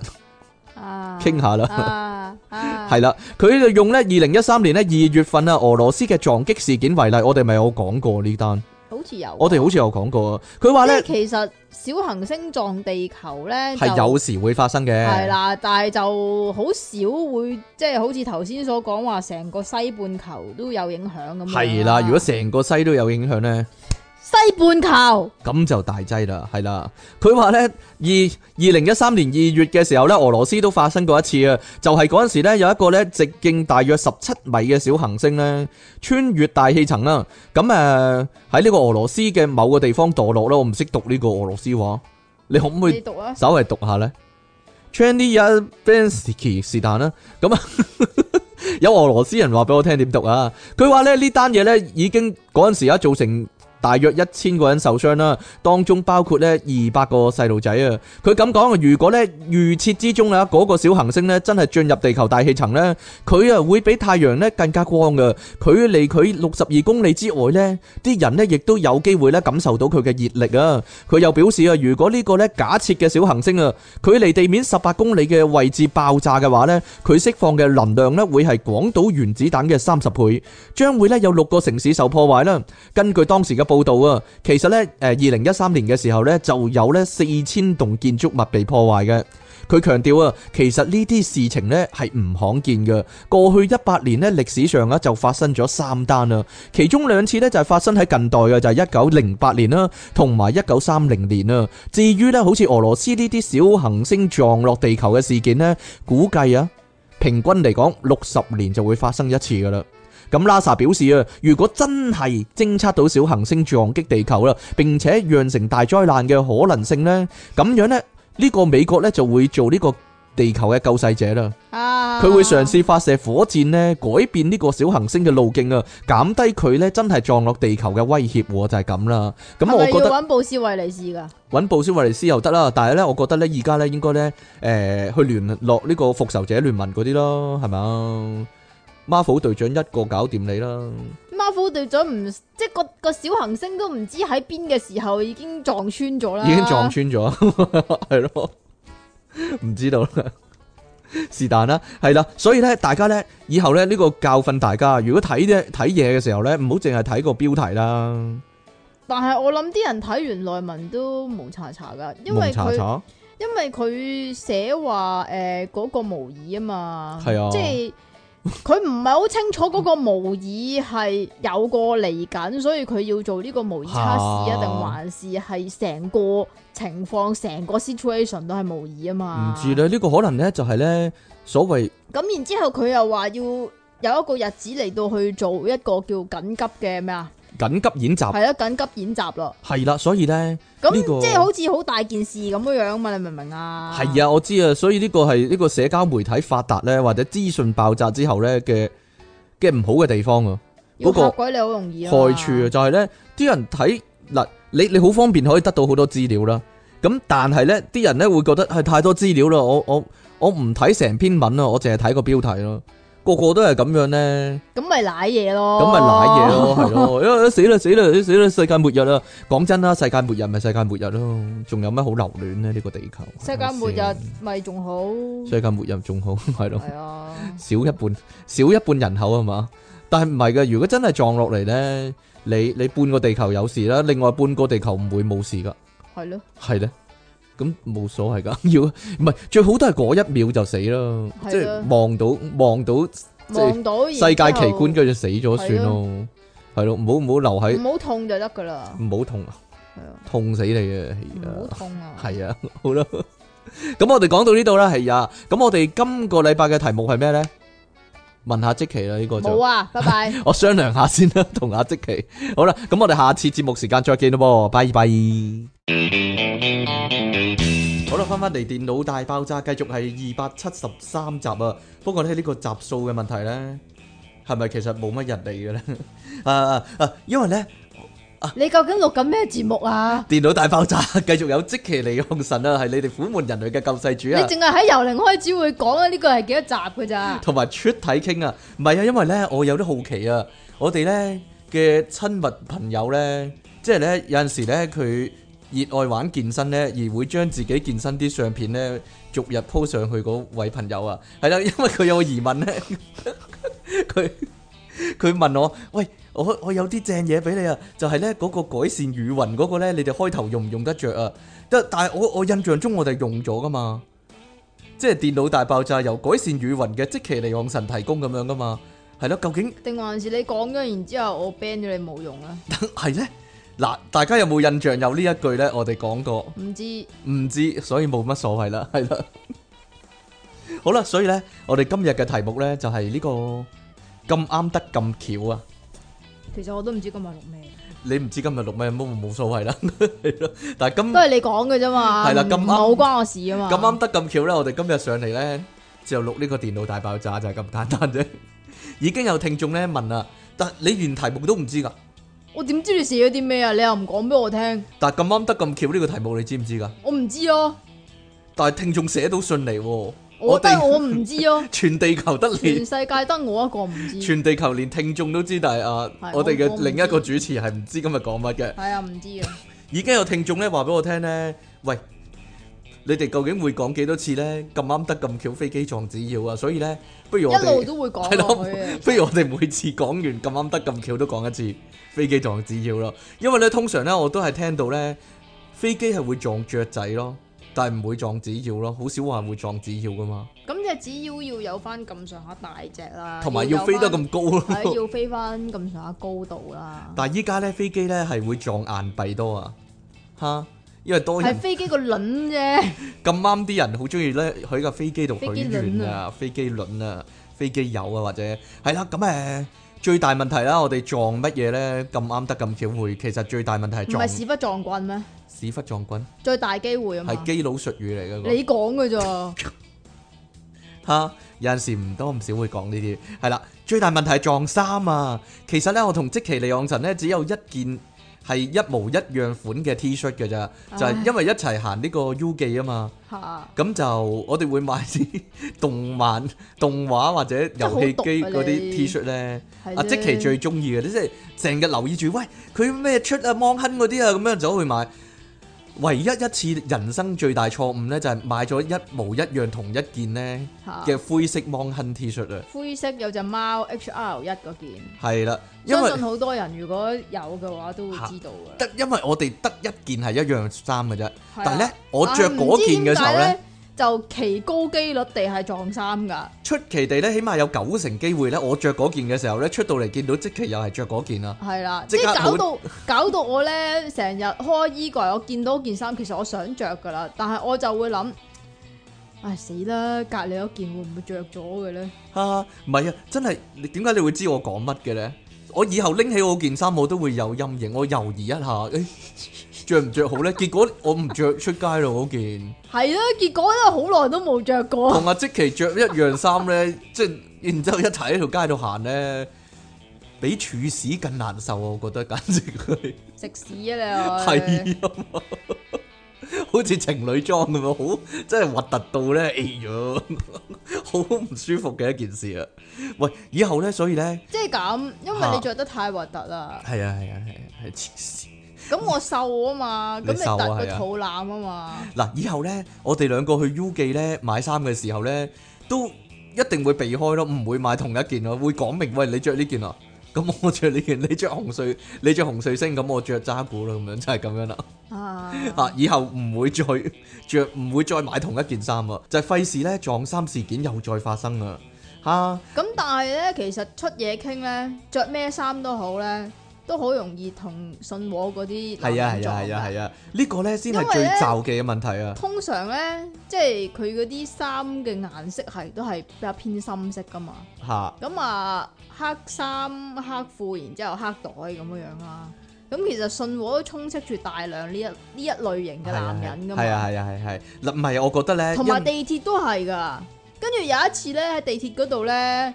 啊，
傾下啦。
啊啊，
係啦，佢就用呢二零一三年呢二月份啊俄羅斯嘅撞擊事件為例，我哋咪有講過呢單，
好似有啊。
我哋好似有講過啊。佢話
即
呢
係其實小行星撞地球咧
係有時會發生嘅，
系啦，但係就好少會即係好似頭先所講話，成個西半球都有影響咁樣。
係啦，如果成個西都有影響呢。
西半球
咁就大劑啦，係啦。佢話呢，二二零一三年二月嘅時候呢，俄羅斯都發生過一次啊，就係嗰陣時呢有一個呢直徑大約十七米嘅小行星呢，穿越大氣層啦。咁誒喺呢個俄羅斯嘅某個地方墮落啦，我唔識讀呢個俄羅斯話，你可唔可以
你讀啊，
稍微讀下呢 c h a n i y a b a n s k y 是但啦，咁啊 有俄羅斯人話俾我聽點讀啊，佢話咧呢單嘢呢已經嗰陣時啊造成大約一千個人受傷啦，當中包括呢二百個細路仔啊。佢咁講啊，如果呢預設之中啊嗰、個小行星呢真係進入地球大氣層呢，佢啊會比太陽呢更加光嘅，距離佢六十二公里之外呢，啲人呢亦都有機會呢感受到佢嘅熱力啊。佢又表示啊，如果呢個咧假設嘅小行星啊，距離地面十八公里嘅位置爆炸嘅話呢，佢釋放嘅能量呢會係廣島原子彈嘅三十倍，將會呢有六個城市受破壞啦。根據當時嘅報導啊，其實呢，誒二零一三年嘅時候呢，就有呢四千棟建築物被破壞嘅。佢強調啊，其實呢啲事情呢係唔罕見嘅。過去一百年呢，歷史上啊就發生咗三單啊，其中兩次呢就係發生喺近代嘅，就係一九零八年啦，同埋一九三零年啊。至於呢，好似俄羅斯呢啲小行星撞落地球嘅事件呢，估計啊平均嚟講，六十年就會發生一次噶啦。咁 NASA 表示啊，如果真係偵測到小行星撞擊地球啦，並且釀成大災難嘅可能性呢，咁樣呢，呢、個美國呢就會做呢個地球嘅救世者啦。
啊，
佢會嘗試發射火箭呢，改變呢個小行星嘅路徑啊，減低佢呢真係撞落地球嘅威脅喎，就係咁啦。咁
係
我
咪
覺
要
得。
揾布斯維尼斯噶？
揾布斯維尼斯又得啦，但係咧，我覺得咧，而家咧應該咧，誒、去聯絡呢個復仇者聯盟嗰啲咯，係咪啊？Marvel 隊長一個搞掂你啦，
Marvel 隊長唔即係個個小行星都唔知喺邊嘅時候已經撞穿咗啦，
已經撞穿咗， 係咯，唔知道啦，是但啦，係啦，所以咧，大家咧，以後咧呢、個教訓大家，如果睇咧睇嘢嘅時候咧，唔好淨係睇個標題啦，
但係我諗啲人睇完內文都冇查查噶，因為
蒙查
佢
查
因為佢寫話誒嗰個模擬啊嘛，
係啊
即係佢唔係好清楚嗰個模擬係有個嚟緊，所以佢要做呢個模擬測試啊，
嚇
定還是係成個情況、成個 situation 都係模擬啊
唔
嘛？
知咧，呢、個可能咧就係咧所謂
咁然之後佢又話要有一個日子嚟到去做一個叫緊急嘅咩啊？
緊急演習，
係啦，緊急演習咯。
係啦，所以咧。
咁、
呢個
即係好似好大件事咁樣樣嘛？你明唔明啊？
係啊，我知啊，所以呢個係呢個社交媒體發達咧，或者資訊爆炸之後咧嘅嘅唔好嘅地方啊，
要
嗰個
嚇鬼你好容易啊
害
嘛。
處啊就係咧，啲人睇嗱，你你好方便可以得到好多資料啦，咁但係咧，啲人咧會覺得係太多資料啦，我我我唔睇成篇文啊，我淨係睇個標題咯，個個都係咁樣咧。
咁咪舐嘢咯，
咁咪濑嘢
哦
咯，係咯，因為死啦死啦死啦，世界末日啦！講真啦，世界末日咪世界末日咯，仲有咩好留戀呢？呢個地球
世界末日咪仲好，
世界末日仲好，係咯。
係啊，
少一半，少一半人口啊嘛。但係唔係嘅，如果真係撞落嚟呢，你你半個地球有事啦，另外半個地球唔會冇事噶，
係咯，
係呢，咁冇所謂噶， 要唔係最好都係嗰一秒就死啦，
係啊
即係望到望到即係
望到
世界奇觀，
嘅，
跟住死咗算咯，係咯，唔好唔好留喺，
唔好痛就得噶啦，
唔好痛啊，
係啊，
痛死你啊，係啊
唔好痛啊，
系啊， 好啦，咁我哋講到呢度啦，係啊，咁我哋今個禮拜嘅題目係咩呢？問下即期啦，呢、個就
冇 啊，拜拜。
我商量下先啦，同阿即期。好啦，咁我哋下次節目時間再見咯，拜拜。好啦，翻翻嚟電腦大爆炸，繼續係二百七十三集啊。不過咧呢個集數嘅問題呢，係咪其實冇乜人嚟嘅呢？啊啊啊，因為呢。啊
你究竟錄緊咩節目啊？
電腦大爆炸，繼續有即其利用神啊，係你哋苦悶人類嘅救世主
你
啊！
淨係喺由零開始會講啊？呢個係幾多集噶咋？
同埋出體傾啊，唔係啊，因為咧我有啲好奇啊，我哋咧嘅親密朋友咧，即係咧有陣時咧佢熱愛玩健身咧，而會將自己健身啲相片咧逐日 po 上去嗰位朋友啊，係啦，因為佢有個疑問咧， 佢佢問我，喂，我我有啲正嘢俾你啊，就係咧嗰個改善語雲嗰個咧，你哋開頭用唔用得着啊？但但係我我印象中我哋用咗噶嘛。即係電腦大爆炸由改善語雲嘅即其利昂神提供咁樣噶嘛？係咯，究竟
定還是你講咗然之後我 ban 咗你冇用啊？
係呢？嗱，大家有冇印象有呢一句呢？我哋講過，
唔知
唔知，所以冇乜所謂啦， 係啦。好啦，所以呢，我哋今日嘅題目呢，就係呢、個咁啱得咁巧啊！
其實我都唔知今日錄咩，
你唔知今日錄咩，冇冇所謂啦， 係咯。但係今
都係你講嘅啫嘛。
嗯係啦咁啱
唔好關我事啊嘛。
咁啱得咁巧咧，我哋今日上嚟咧就錄呢個電腦大爆炸就係咁簡單啫。已經有聽眾咧問啦，但你連題目都唔知噶，
我點知你寫咗啲咩啊？你又唔講俾我聽，
但咁啱得咁巧呢個題目你知唔知噶？
我唔知咯。
但係聽眾寫到信嚟喎，
我
我
得我
哋
唔知 咯，
全地球得
全
你，
世界得我一個唔知。
全地球連聽眾都知，但係啊
係，
我哋
我我
嘅
唔
另一個主持係唔知今日講乜嘅。
係啊，唔知啊。
已經有聽眾咧話俾我聽咧，喂，你哋究竟會講幾多次咧？咁啱得咁巧飛機撞紙鷂啊！所以咧，不如我
一
哋
路都會講
係咯
落去啊，。
不如我哋每次講完咁啱得咁巧都講一次飛機撞紙鷂咯，因為咧通常咧我都係聽到咧飛機係會撞雀仔咯，但係唔會撞紙鷂咯，好少話會撞紙鷂噶嘛，
咁就只要要有翻咁上下大隻啦，
同埋要飛得
啊有返
咁高咯。
係 要飛翻咁上下高度啦。
但係依家咧飛機咧係會撞硬幣多啊，嚇！因為多
系
人
飛機個輪啫，
咁啱啲人好中意咧喺架飛機度許願啊，飛機輪啊，飛機友啊，或者係啦，咁誒最大問題啦，我哋撞乜嘢咧？咁啱得咁巧會，其實最大問題係
唔係
撞
屎忽撞棍咩？
屎忽撞棍，
最大機會啊嘛
係，基佬術語嚟嘅嗰個。
你講嘅咋？
吓，有陣時唔多唔少會講呢啲，係啦。最大問題係撞衫啊！其實呢，我同即其利昂神呢，只有一件係一模一樣款嘅 T 恤嘅
啊
咋，就係因為一齊行呢個 U 記啊嘛，
吓，
咁就我哋會買啲 動漫、動畫或者遊戲機嗰啲
真係好毒啊你
T 恤呢。
係
阿
啫
即其最中意嘅，即係成日留意住，喂佢咩出啊芒亨嗰啲啊，咁樣走去買。唯一一次人生最大錯誤呢，就係買咗一模一樣同一件呢。
嚇
嘅灰色芒亨 T 恤啊，
灰色有隻貓 H R 一嗰件，
係啦，因
相
為
信好多人如果有嘅話都會知道嘅。
得因為我哋得一件係一樣衫嘅啫，
係啊
但係咧我着嗰件嘅時候
但係唔知點解
咧
呢，，就奇高機率地係撞衫㗎。
出奇地咧，起碼有九成機會咧，我着嗰件嘅時候咧，出到嚟見到即期又係着嗰件啦，
係啦，
即
即
刻
係搞
冇
到搞到我咧成日開衣櫃，我見到件衫，其實我想着噶啦，但係我就會諗，唉死啦，隔離嗰件會唔會着咗嘅咧？
啊，唔係啊，真係你點解你會知我講乜嘅咧？我以後拎起我件衫，我都會有陰影，我猶豫一下，誒着唔着好咧？結果我唔着出街咯嗰件。
係啦，結果咧好耐都冇着過，
同阿即奇着一樣衫咧，即係然之後一齊喺條街度行咧，比處屎更難受啊！我覺得簡直佢
食屎啊你！
係啊嘛，好似情侶裝咁樣，好真係核突到咧，哎呀， 好唔舒服嘅一件事啊！喂，以後咧，所以咧，
即係咁，因為你着得太核突啦，
係啊係啊係啊係黐線
咁我瘦啊嘛，咁
你
你
瘦啊
突個
係啊
肚腩啊嘛，
嗱，以後咧，我哋兩個去 U 記咧買衫嘅時候咧，都一定會避開咯，唔會買同一件咯，會講明喂你着呢件啊，咁我着呢件，你着紅碎，你着紅碎星，咁我着渣古啦，咁樣就係 咁樣啦。
啊，
啊，以後唔會再着，唔會再買同一件衫啊，就係費事咧撞衫事件又再發生啊！嚇，
咁但係咧，其實出嘢傾咧，着咩衫都好咧，都好容易同信和嗰啲
係啊係啊
男人
係
撞
啊
㗎
係啊，呢個咧先
因
係
為
最
咧
罩忌嘅問題啊！
通常咧，即係佢嗰啲衫嘅顏色係都係比較偏深色噶嘛。
嚇，
咁啊，黑衫、黑褲，然之後黑袋咁樣樣啦。咁其實信和都充斥住大量呢一呢一類型嘅
係啊
男人噶
係啊
嘛，
係啊係係，嗱唔係我覺得咧，
同埋
因
地鐵都係噶。跟住有一次咧喺地鐵嗰度咧，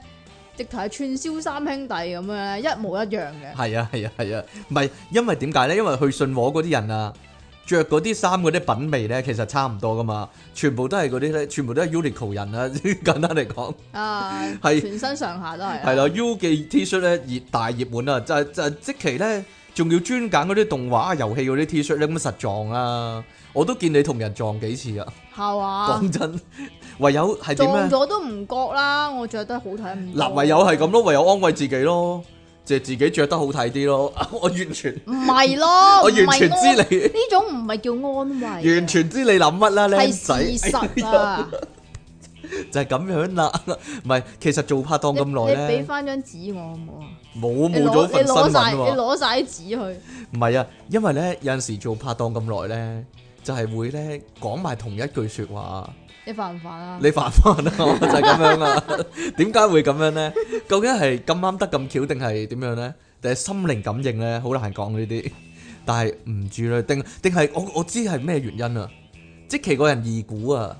直頭係串燒三兄弟咁樣咧，一模一樣嘅。
係啊係啊係啊，唔係因為點解咧？因為去信和嗰啲人啊，着嗰啲衫嗰啲品味咧，其實差唔多噶嘛，全部都係嗰啲咧，全部都係 Uniqlo 人啊， 簡單嚟講，
啊，
係
全身上下都係。啊
係啦，U 記 T 恤咧熱大熱門啊，就係就係即期咧，仲要專揀嗰啲動畫啊遊戲嗰啲 T 恤咧，咁實撞啊！我都見你同人撞幾次啊，
係嘛？
講真，唯有係點
撞
咧？
咗都唔覺啦，我着得好睇唔到。
嗱，唯有係咁咯，唯有安慰自己咯，就係自己着得好睇啲咯， 我完全。
唔係咯，
我完全
唔係安
知你
呢種唔係叫安慰啊，
完全知你諗乜啦，僆
係
仔
事實啊！
就係咁樣啦。 唔係，其實做拍檔
你
咁
你
耐
俾
咧，
翻張紙我好唔好啊？
冇
你
冇咗
攞
份
你
新
攞
聞
晒
啊
你
嘛。
攞晒啲紙去，
唔係啊，因為咧有陣時做拍檔咁耐咧， 就係會咧講埋同一句説話，
你煩唔煩啊？
你煩唔煩啊？就係咁樣啊。點解會咁樣咧？究竟係咁啱得咁巧定係點樣咧？定係心靈感應咧？好難講呢啲。但係唔知啦，定定係我我知係咩原因啊？即其個人易估啊，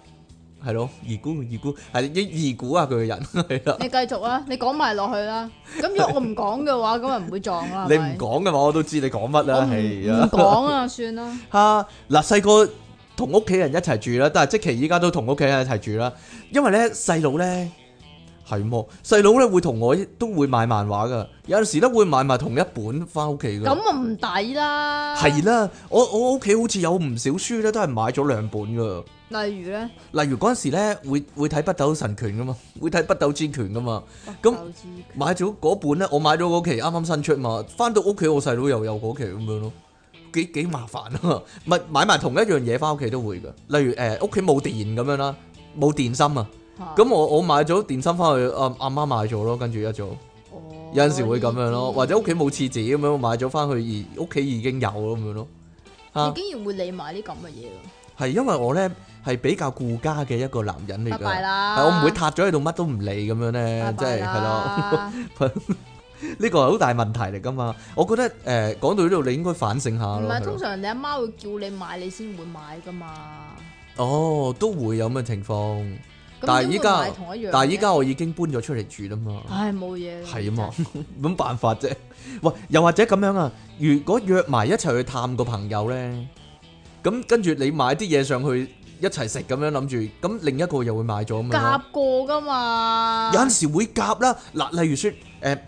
係咯，易估易估係易易估啊佢個人係啦。
你繼續啊！你講埋落去啦。咁如果我唔講嘅話，咁咪唔會撞啦。
你
係咪
唔講嘅話，我都知你講乜
我
啦，
唔
係
唔
啊。
講啊，算啦。
啊，嗱，細個同屋企人一齊住啦，但係即期依家都同屋企人一齊住啦，因為咧細佬咧係喎，細佬咧會同我都會買漫畫噶，有陣時咧會買埋同一本翻屋企
咁
噶。
啊唔抵啦。
係啦，我我屋企好似有唔少書咧，都係買咗兩本噶。
例如咧，
例如嗰陣時咧，會會睇《北斗神拳》噶嘛，會睇《北斗之拳》噶嘛。咁
咁就知
買咗嗰本咧，我買咗嗰期啱啱新出嘛，翻到屋企我細佬又有嗰期咁樣咯，幾幾麻煩啊！咪買埋同一樣嘢翻屋企都會噶，例如誒屋企冇電咁樣啦，冇電芯啊，
嚇
咁我我買咗電芯翻去，呃阿阿媽買咗咯，跟住一早
哦
有陣時會咁樣咯，
呢啲
或者屋企冇廁紙咁樣買咗翻去，而屋企已經有咁樣咯，啊
你竟然會理埋啲咁嘅嘢㗎
係因為我咧係比較顧家嘅一個男人嚟
拜
㗎，
拜啦！
係我唔會塌咗喺度乜都唔理咁樣
拜
咧，即
拜
係係 咯。
啦，
呢個係好大問題嚟噶嘛？我覺得誒、呃、講到呢度，你應該反省下
唔
咯。
係
係咯
通常你阿媽會叫你買，你先會買㗎嘛。
哦，都會有咁嘅情況，
咁
但係
點
依
會
家
買同一樣嘅，
但係依家我已經搬咗出嚟住啦嘛，
唉冇嘢，
係啊嘛，咁辦法啫。喂，又或者咁樣啊？如果約埋一齊去探個朋友咧，咁跟住你買啲嘢上去一齊食咁樣諗住，咁另一個又會買咗咁
真
樣
係夾啊
咯。
過㗎嘛。
有陣時會夾啦，嗱，例如説誒。呃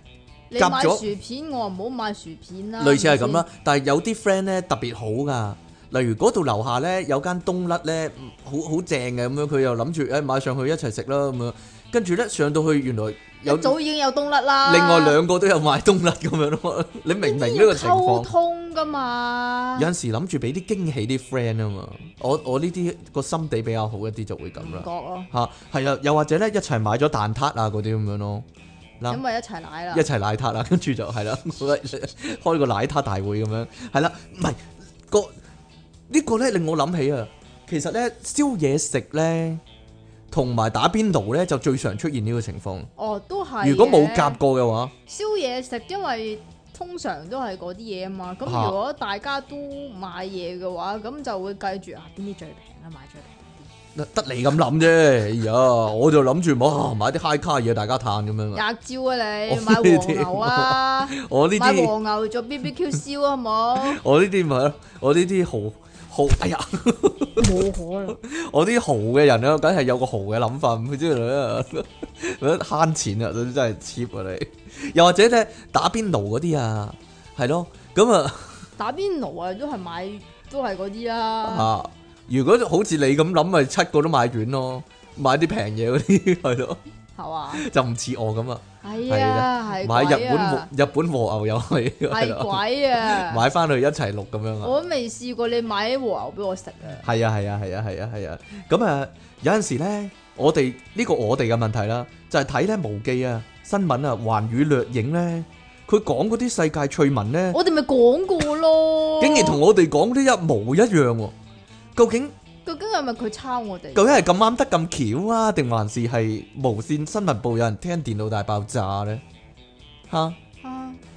你
夾
買
咗
薯片，我唔好買薯片啦。
類似係
咪
咁啦，但係有啲 friend 咧特別好噶，例如嗰度樓下咧有間東甩咧，嗯好好正嘅咁樣，佢又諗住誒買上去一齊食啦咁樣，跟住咧上到去原來
先，
有
一早啊已經有冬甩啦。
另外兩個都有買東甩咁樣咯， 你明唔明呢個情
要溝
況？
通㗎嘛。
有陣時諗住俾啲驚喜啲 friend 啊嘛，我我呢啲個心地比較好一啲就會咁
唔覺
啦，
咯，
嚇係啊，又或者咧一齊買咗蛋撻啊嗰啲咁樣咯，嗱
因。為一齊奶啦
一。齊奶塔啦，跟住就係啦， 開個奶塔大會咁樣，係啦，唔係個呢個咧令我諗起啊，其實咧燒嘢食咧同埋打邊爐咧就最常出現呢個情況。
哦，都係嘅。
如果冇夾過嘅話，
宵夜食，因為通常都係嗰啲嘢啊嘛。咁
啊
如果大家都買嘢嘅話，咁就會計住啊邊啲最平啊，買最平
得你咁諗啫，哎呀，我就諗住冇買啲 high 卡嘢大家嘆咁樣啊。
啲。廿
我
招啊你，買
呢
黃
啲
牛啊，
我 呢
買
啲
黃牛做 BBQ 燒好 冇？
我呢啲咪係咯，我呢啲豪豪，哎呀，
冇可能，
我啲豪嘅人啊，梗係有個豪嘅諗法，唔知啦， 慳錢啊，真係 cheap 啊你。又或者咧打邊爐嗰啲啊，係咯，咁啊
打邊爐啊都係買都係嗰啲啦。
啊，如果好似你咁諗，咪七個都買完咯，買啲平嘢嗰啲 係咯，
係嘛？
就唔似我咁啊，
係啊，係
買日
鬼
本和
啊，
日本和牛又係係
係
咯，
鬼啊！
買翻去一齊錄咁樣啊。
我都未試過你買啲和牛俾我食啊！
係啊係啊係啊係啊係啊，咁啊有陣時咧，我哋呢、個我哋嘅問題啦，就係睇咧無記啊新聞啊環宇掠影咧，佢講嗰啲世界趣聞咧，
我哋咪講過咯，
竟然同我哋講啲一模一樣喎、究竟
究竟係咪佢抄我哋？
究竟係咁啱得咁巧啊，定還是係無線新聞部有人聽電腦大爆炸咧？吓、
啊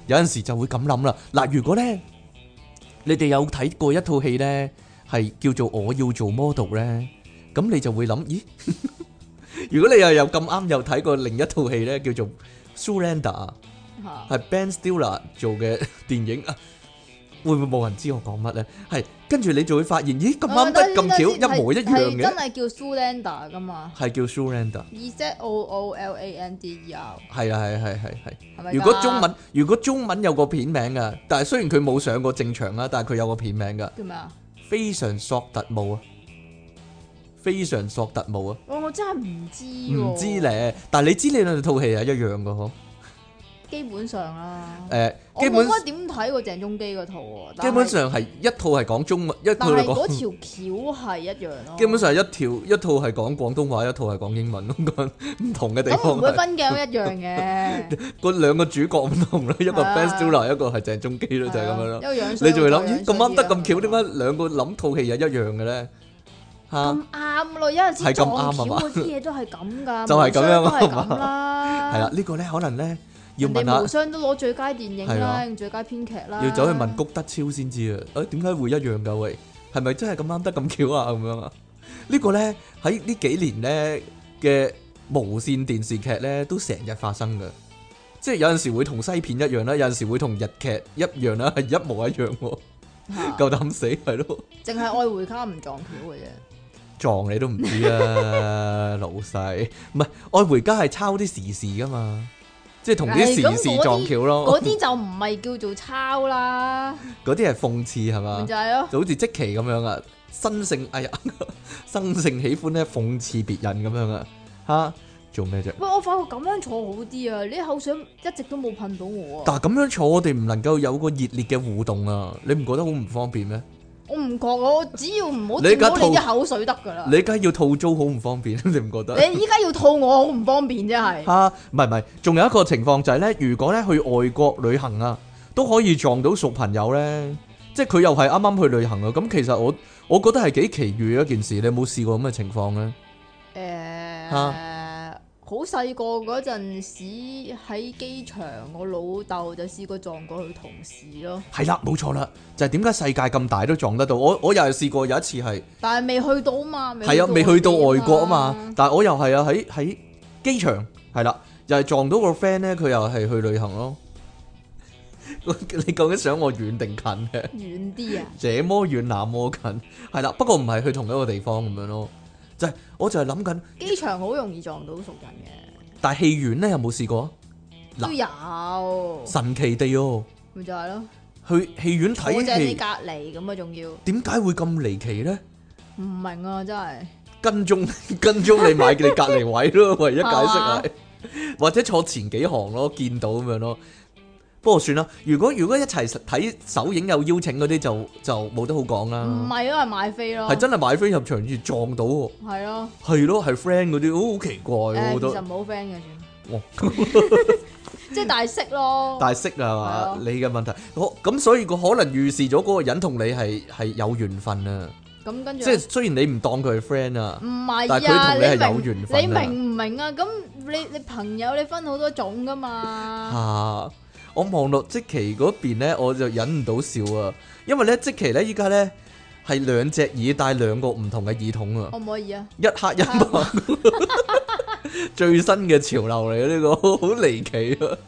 有陣時就會咁諗啦。嗱，如果咧你哋有睇過一套戲咧，係叫做我要做 model 咧，咁你就會諗，咦？ 如果你又有咁啱又睇過另一套戲咧，叫做 Surrender，
嚇
係 Ben Stiller 做嘅電影 啊。會唔會冇人知我講乜咧？係跟住你就會發現，咦咁啱得咁巧，一模一樣
係
嘅，
真係叫 Sulander 噶嘛
係叫 Surrender。
？Z O O L A N D E R
係啊，係係係係。
係咪㗎？
如果中文如果中文有個片名噶，但係雖然佢冇上過正場啦，但係佢有個片名噶。
叫咩啊？
非常索特務啊，非常索特務啊，
哇！哦我真係唔知喎
唔知，咧，但係你知你兩套戲係一樣噶嗬，
基本上啦，
誒、
我
基
冇
本
乜點睇過鄭中基嗰套喎。但係
基本，上係一套係講中文，一
但
套
係
係
嗰
講，
條橋係一樣 咯。
基本上係一條一套係講廣東話，一套係講 英文咁唔同嘅地
咁
方
唔會
係，
分鏡都一樣嘅，
嗰兩個主角唔同 啦，一個
啊
Ben Stiller，一個係鄭中基啦， 就係咁樣啦。
一個啊樣衰
你就會諗，
一個
咦
樣
咁啱得咁巧，
衰啲
點
啊啦
解兩個諗套戲係一樣嘅咧？嚇、
咁啱咯，有陣時
啊係咁
撞
啱
橋
啊嘛
嗰啲嘢都係咁噶，
就係咁樣啊嘛
無雙都係咁啦，
係啦，呢個咧可能咧要
人
問
哋
下
無。雙都攞最佳電影
係
啦
啊，
用最佳編劇啦，
要走去問谷德超先知啊！誒點解會一樣㗎？喂，係咪真係咁啱得咁巧啊？咁樣啊？呢個呢，喺呢幾年呢嘅無線電視劇呢，都成日發生嘅，即係有陣時會同西片一樣啦，有陣時會同日劇一樣啦， 係一模一樣喎，
嚇，
夠膽死係咯，
淨係愛回家唔撞橋 嘅啫，
撞你都唔知啊， 老細，唔係愛回家係抄啲時事㗎嘛，即係同啲
唉咁
時
嗰啲
事撞橋咯
嗰，啲就唔係叫做抄啦，
嗰啲係諷刺係嘛
咪？就係咯，
就好似即期咁樣啊，生性哎呀， 生性喜歡咧諷刺別人咁樣啊，吓做咩啫？
喂，我發覺咁樣坐好啲啊，你口水一直都冇噴到我啊，
但係咁樣坐，我哋唔能夠有個熱烈嘅互動啊！你唔覺得好唔方便咩？
我唔覺啊，我只要唔好
你而
掂
家
到你啲
吐
口水得噶啦，
你梗係要套租好唔方便， 你唔覺得？
你依家要吐我好唔方便啫係，
吓，唔係唔係，仲有一個情況就係咧，如果咧去外國旅行啊，都可以撞到熟朋友咧，即係佢又係啱啱去旅行啊。咁其實我我覺得係幾奇遇嘅一件事。你有冇試過咁嘅情況咧？
诶，好細個嗰陣時喺機場，我老豆就試過撞過佢同事咯，
係啦，冇錯啦，就係點解世界咁大都撞得到？我我又係試過有一次係。
但係未去到嘛，
係啊，未去到外國啊嘛
邊，
但係我又係啊，喺喺機場係啦，又係撞到個 friend 咧，佢又係去旅行咯。 你究竟想我遠定近咧？
遠啲啊，
這麼遠那麼近，係啦，不過唔係去同一個地方咁樣咯，就係、我就係諗緊，
機場好容易撞到熟人
但係戲院咧有冇試過啊？
嘅，都有，
神奇地哦，
咪就係咯，
去戲院
我就
睇
係你
戲
隔離咁啊，仲要唔
點解會咁離奇咧？
明啊，真係
跟蹤 跟蹤你買你隔離位 咯，唯一解釋係，或者坐前幾行咯，見到咁樣咯。不過算啦，如果如果一齊睇首映有邀請嗰啲就就冇得好講
唔
啦，
係都係買飛咯，
啊係真係買飛入場而撞到喎，
係咯，
係咯係 friend 嗰啲，好奇怪喎，
誒
我哦
其
覺
實
得
冇 friend 嘅算，
哇
即係大識咯，
但係識
係
啦
啊
係嘛，你嘅問題，好咁所以個可能預示咗嗰個人同你係係有緣分啊，
咁跟
即
住
係雖然你唔當佢係 friend 啊
唔。係
但係佢
啊，
同你係
你
有
明
緣分啊
你明唔明啊？咁你你朋友你分好多種噶嘛？
啊！我望落即奇嗰邊咧，我就忍唔到笑啊！因為咧，即奇咧依家咧係兩隻耳戴兩個唔同嘅耳筒啊，
可唔可以啊？
一黑一白， 最新嘅潮流嚟嘅呢個，好離奇啊！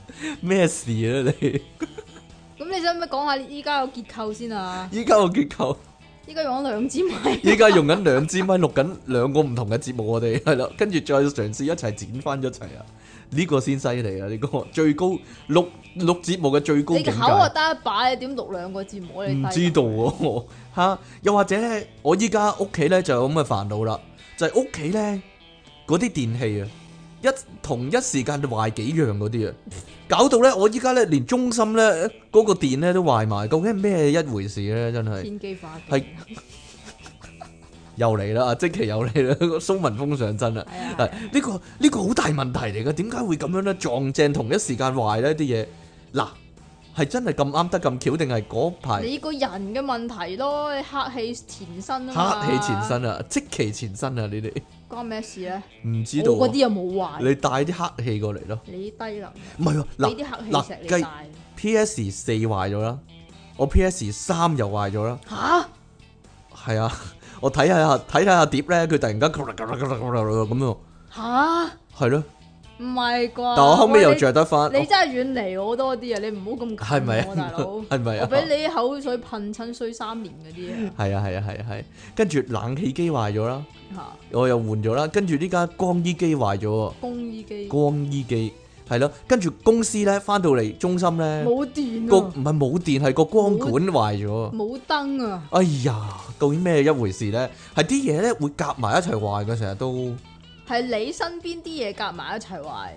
咩事啊你？
咁你使唔使講下依家個結構先啊？
依家個結構，
依家用咗兩支米，
依家用緊兩支咪錄緊兩個唔同嘅節目，我哋係啦，跟住再嘗試一齊剪翻一齊啊！呢個先犀利啊！呢、個最高錄錄節目嘅最高
你
境界。
口啊得一把，你點讀兩個字母？你
唔
低
知道喎、 我嚇又或者咧，我依家屋企咧就有咁嘅煩惱啦，就係屋企咧嗰啲電器啊，一同一時間就壞幾樣嗰啲啊，搞到咧我依家咧連中心咧嗰、個電咧都壞埋，究竟係咩一回事咧？真係
天機化忌
係又嚟啦，即期又嚟啦， 蘇文峰上身啦，
係啊係
係
啊
呢個呢個好大問題嚟嘅，點解會咁樣咧？撞正同一時間壞咧啲嘢，嗱係真係咁啱得咁巧，定係嗰排？
你個人嘅問題咯，你黑氣前身啊嘛
黑氣前身啊，即其前身啊， 你哋
關咩事咧？
唔知道
我嗰
啊
啲？又冇壞，
你帶啲黑氣過嚟咯，
你低能，
唔係喎，
你
嗱
啲黑氣石
嗱
你
計
大
P.S. 四壞咗啦，我 P.S. 三又壞咗啦，
吓？
係啊， 我睇下睇睇下碟咧，佢突然間咁樣，
吓？
係咯，
唔係啩？
但我後尾又
喂你
着得翻，
你真係遠離我多啲啊！你唔好咁 近
係咪
我大
啊
佬？？
係咪
我
啊？
俾你口水噴親衰三年 嗰啲
係啊係啊係啊係，跟住冷氣機壞咗啦，
啊
我又換咗啦，跟住呢家乾衣機壞咗喎
嚇，，公衣機
乾衣機係咯，跟住公司咧翻到嚟中心咧。
冇
個
電
唔
啊，
係冇電，係個光管壞咗。
冇燈啊，
哎呀，究竟咩一回事呢？係啲嘢呢會夾埋一齊壞嘅，成日都
係你身邊啲嘢夾埋一齊壞，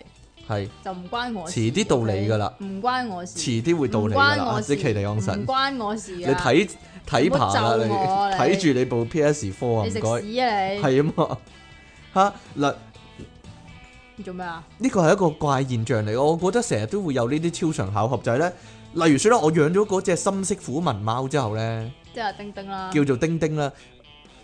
係
就唔關我事。
遲啲到你㗎啦，
唔關我事，
遲啲會到你
唔
㗎
關
啦。
我
即
事，
其利昂
唔
神，
關我事
你
啊！
睇睇
唔好
爬啦，
咒我
你
你
睇住你部 PS Four 啊，
你
唔
食
該，
屎啊你！
係啊嘛嚇嗱。
你做咩啊？
呢個係一個怪現象嚟，我覺得成日都會有呢啲超常巧合，就係呢。例如説啦，我養咗嗰隻深色虎紋貓之後呢。
即係叮叮啦，
叫做丁丁啦，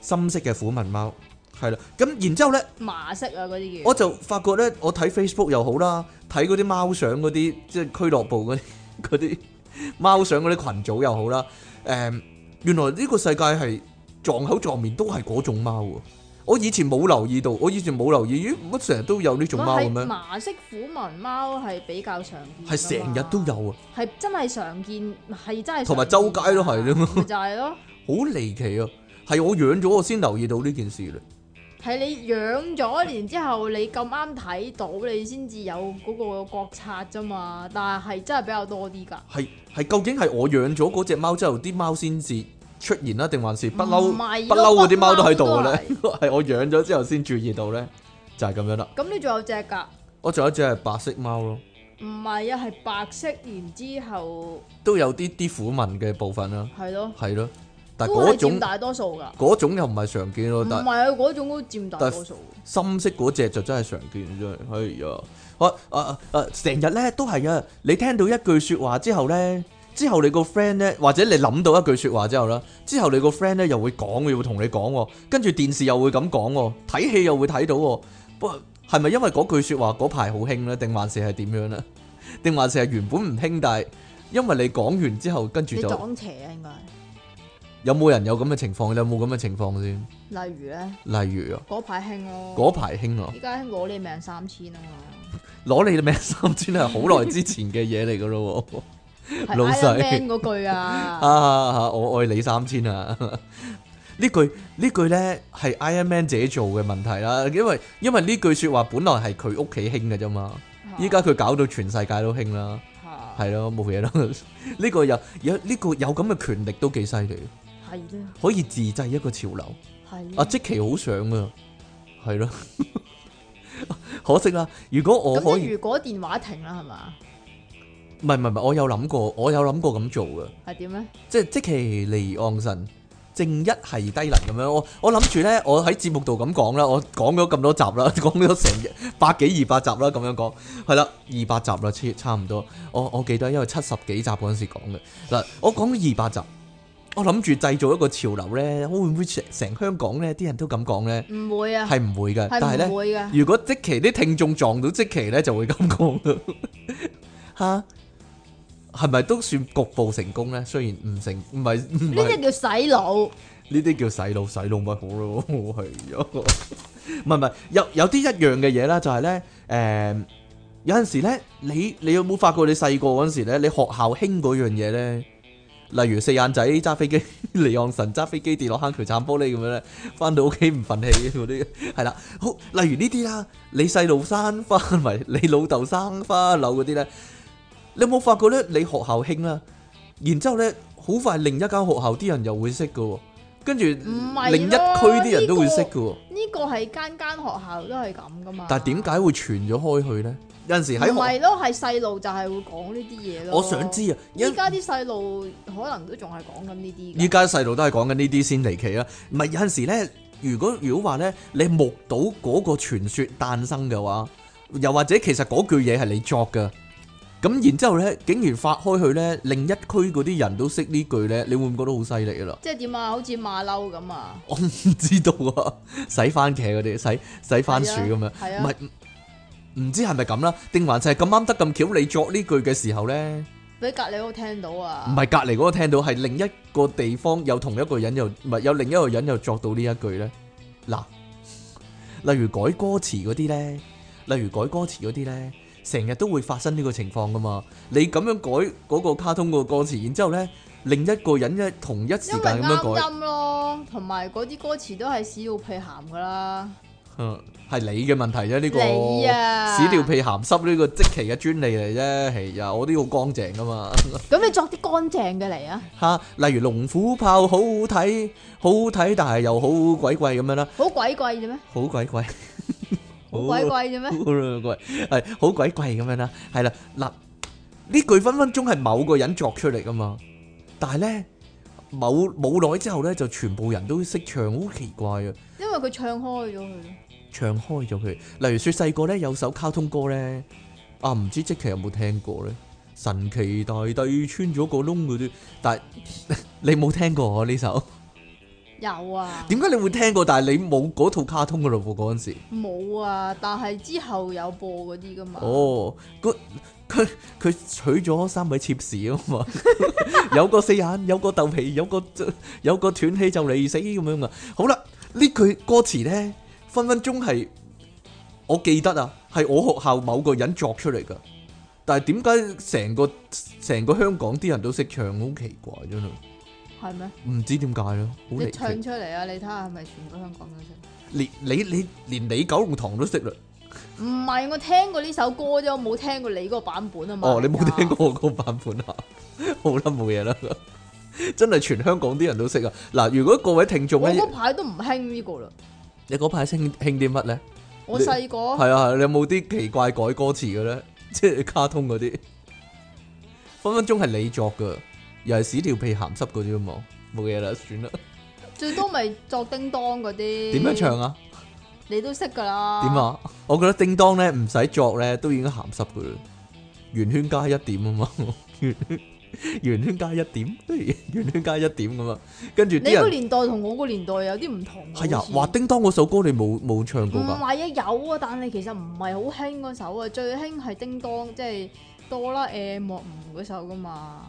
深色嘅虎紋貓，係啦。咁然之後咧，
麻色啊嗰啲叫。
我就發覺咧，我睇 Facebook 又好啦，睇嗰啲貓相嗰啲，即係俱樂部嗰啲 嗰啲貓相嗰啲群組又好啦。誒、原來呢個世界係撞口撞面都係嗰種貓喎。我以前冇留意到，我以前冇留意，咦乜成日都有呢種貓咁
係
樣，
麻色虎紋貓係比較常見㗎嘛，
係成日都有啊，
係真係常見，係真係
同埋周
常見
街都係
㗎
咯
咪就係咯。
好離奇啊！係我養咗我先留意到呢件事咧。
係你養咗，然之後你咁啱睇到，你先至有嗰個覺察啫嘛。但係真係比較多啲㗎。
係係究竟係我養咗嗰只貓之後，啲貓先至出現啦，定還是不嬲
唔係
不
咯
嬲嗰啲貓都喺度嘅
不
咧
嬲？
係我養咗之後先注意到咧，就係、咁樣啦。
咁你仲有隻㗎？
我仲有一 隻係白色貓咯，
唔係啊，係白色，然之後
都有啲啲虎紋嘅部分啦，
係咯，
係咯。但
都
係嗰
係佔
種
大多數㗎。
嗰種又唔係常見咯，
唔
但
係啊，嗰種都佔大多數。
深色嗰只就真係常見真係。哎呀，我啊啊啊成日咧都係啊！你聽到一句説話之後咧，之後你個 friend 咧，或者你諗到一句説話之後啦，之後你個 friend 咧又會講，又會同你講喎，跟住電視又會咁講喎，睇戲又會睇到喎。不過係咪因為嗰句説話嗰排好興咧，定還是係點樣咧？ 定還是係原本唔興，但係因為你講完之後，跟住
你
就
撞邪啊，應該。
有冇人有咁嘅情況？你有冇咁嘅情況先？
例如咧，
例如啊，
嗰排興咯，
嗰排興啊，
而家攞你命三千啊嘛，
攞你嘅命三千係好耐之前嘅嘢嚟噶咯 喎。
係
老
Iron
細
Man 嗰句啊，
啊！我愛你三千啊！ 呢句呢句咧係 Iron Man 自己做嘅問題啦，因為因為呢句説話本來係佢屋企興嘅啫
哦
嘛，依家佢搞到全世界都興啦，
係
係咯冇 嘢啦。呢個有有呢個有咁嘅權力都幾犀利，
係咧，
可以自制一個潮流。
係
阿
呢
即其好想啊，係咯， 可惜啦。如果我可
咁
以
即。如果電話停啦，係嘛？
唔係唔係唔係，我有諗過，我有諗過咁做嘅，
係點咧？
即係即其離岸神正一係低能咁樣。我我諗住咧，我喺節目度咁講啦，我講咗咁多集啦， 講咗成百幾二百集啦，咁樣講係啦，二百集啦，差差唔多。我我記得因為七十幾集嗰陣時講嘅嗱，我講咗二百集，我諗住製造一個潮流咧，會唔會成成香港咧啲人都咁講咧？
唔會啊，
係唔會嘅，但係咧
係唔。會嘅。
如果即期啲聽眾撞到即期咧，就會咁講 啦。吓，係咪都算局部成功咧？雖然唔成，唔係唔
呢
係
啲叫洗腦，
呢啲叫洗腦，洗腦咪好咯，係啊。唔係唔係，有有啲一樣嘅嘢啦，就係咧，誒，有陣時咧，你你有冇發覺你細個嗰陣時咧，你學校興嗰樣嘢咧？例如四眼仔揸飛機， 離岸神揸飛機跌落坑渠斬玻璃咁樣咧，翻到屋企唔忿氣嗰啲，係啦，好，例如呢啲啦，你細路生花咪，你老豆生花柳嗰啲咧，你有冇發覺咧？你學校興啦，然之後咧，好快另一間學校啲人又會識嘅喎，跟住
係
另一區啲人都會識嘅
咯
喎。
呢個係間間學校都係咁噶嘛。
但係點解會傳咗開去呢？有陣時
唔
喺學，
係咯，係細路就係會講呢啲嘢咯。
我想知啊，
依
因
家啲細路可能都仲係講緊呢啲㗎。
依家細路都係講緊呢啲先離奇啊！唔係有陣時呢，如果如果話呢，你目睹嗰個傳說誕生嘅話，又或者其實嗰句嘢係你作嘅，咁然之後呢，竟然發開去呢，另一區嗰啲人都識呢句呢，你會唔會覺得好犀利啦？
即係點啊？好似馬騮咁啊！
我唔知道啊，洗番茄嗰啲，洗洗番薯咁樣，
係
唔
啊
係，唔唔知係咪咁啦？定還是係咁啱得咁巧，你作呢句嘅時候呢？
俾隔離屋聽到啊！
唔係隔離嗰個聽到，係另一個地方有同一個人又唔係有另一個人又作到呢一句咧。嗱，例如改歌詞嗰啲咧，例如改歌詞嗰啲咧，成日都會發生呢個情況噶嘛。你咁樣改嗰個卡通個歌詞，然之後咧，另一個人咧同一時
因為
間咁樣改
啱音咯，同埋嗰啲歌詞都係屎尿屁鹹噶啦。
嗯，係你嘅問題啫。呢個
你啊
屎尿屁鹹濕呢個即期嘅專利嚟啫。係啊，我啲好乾淨噶嘛。
咁你作啲乾淨嘅嚟啊，
吓，例如龍虎豹好好睇，好好睇，但係又好鬼貴咁樣啦，
好鬼貴啫咩？
好鬼貴，
好鬼貴啫咩？
好鬼貴，係好鬼貴咁樣啦，係啦，嗱呢句分分鐘係某個人作出嚟噶嘛，但係咧某冇耐之後咧就全部人都識唱，好奇怪啊！
因為佢唱開咗佢。
唱開咗佢。例如說細個咧有首卡通歌咧，啊唔知即期有冇聽過咧？神奇大帝穿咗個窿嗰啲，但係 你冇聽過啊呢首？
有啊，
點解你會聽過，但係你冇嗰套卡通嘅咯喎？嗰陣時，
冇啊，但係之後有播嗰啲噶嘛。
哦，個佢佢娶咗三位妾侍啊嘛， 有個四眼，有個豆皮，有個有個斷氣就嚟死咁樣啊！好啦，呢句歌詞咧，分分鐘係我記得啊，係我學校某個人作出嚟噶。但係點解成個成個香港啲人都識唱，好奇怪真係，
係咩？
唔知點解咯，好離
你
奇
唱。出嚟啊！你睇下係咪全個香港都識？
連你你連你九龍塘都識啦。
唔係，我聽過呢首歌啫，我冇聽過你嗰個版本啊嘛。
哦，你冇聽過我個版本啊？好啦，冇嘢啦，真係全香港啲人都識啊！嗱，如果各位聽眾
我
咧
嗰，排都唔興呢個啦。
你嗰排興興啲乜咧？
我
你
細個
係啊，你有冇啲奇怪改歌詞嘅 咧？即係卡通嗰啲，分分鐘係你作噶，又係屎尿屁鹹濕嗰啲啊嘛，冇嘢啦，算啦。
最多咪作叮當嗰啲。
點樣唱？啊？
你都識㗎啦。
點？啊？我覺得叮當 咧唔使作咧都已經鹹濕噶啦，圓圈加一點啊嘛，圓圈圓圈加一點，圓圈加一點咁啊，跟住
你
啲
個
人
年代同我個年代有啲唔同喎。
係啊，
好
話
似
叮當嗰首歌你冇冇唱過
唔
㗎？
係啊，有啊，但係其實唔係好興嗰首啊，最興係叮當，即係哆啦 A 夢嗰首噶嘛。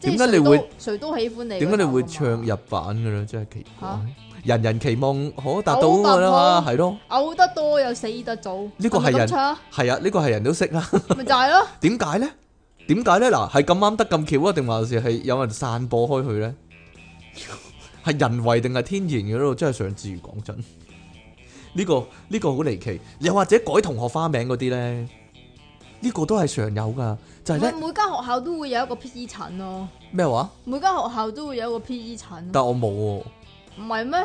即係
點解你
誰都
會
誰都喜歡你？
點解你會唱日？版嘅咧？真係奇怪
嚇，
人人期望可達到㗎啦
好
嘛，
白
係咯，
嘔得多又死得早，
呢個係人
係咪咁唱啊
係啊，呢個係人都識啦。
咪就係咯。
點解咧？點解咧？嗱，係咁啱得咁巧啊，定還是係有人散播開佢咧？係人為定係天然嘅咯？真係想知，講真，呢、個呢、個好離奇。又或者改同學花名嗰啲咧，呢、個都係常有噶，就 係
唔
咧
係每間學校都會有一個 P.E. 診咯，
咩話？
每間學校都會有一個 P.E. 診咯，
但我冇喎，
唔係咩？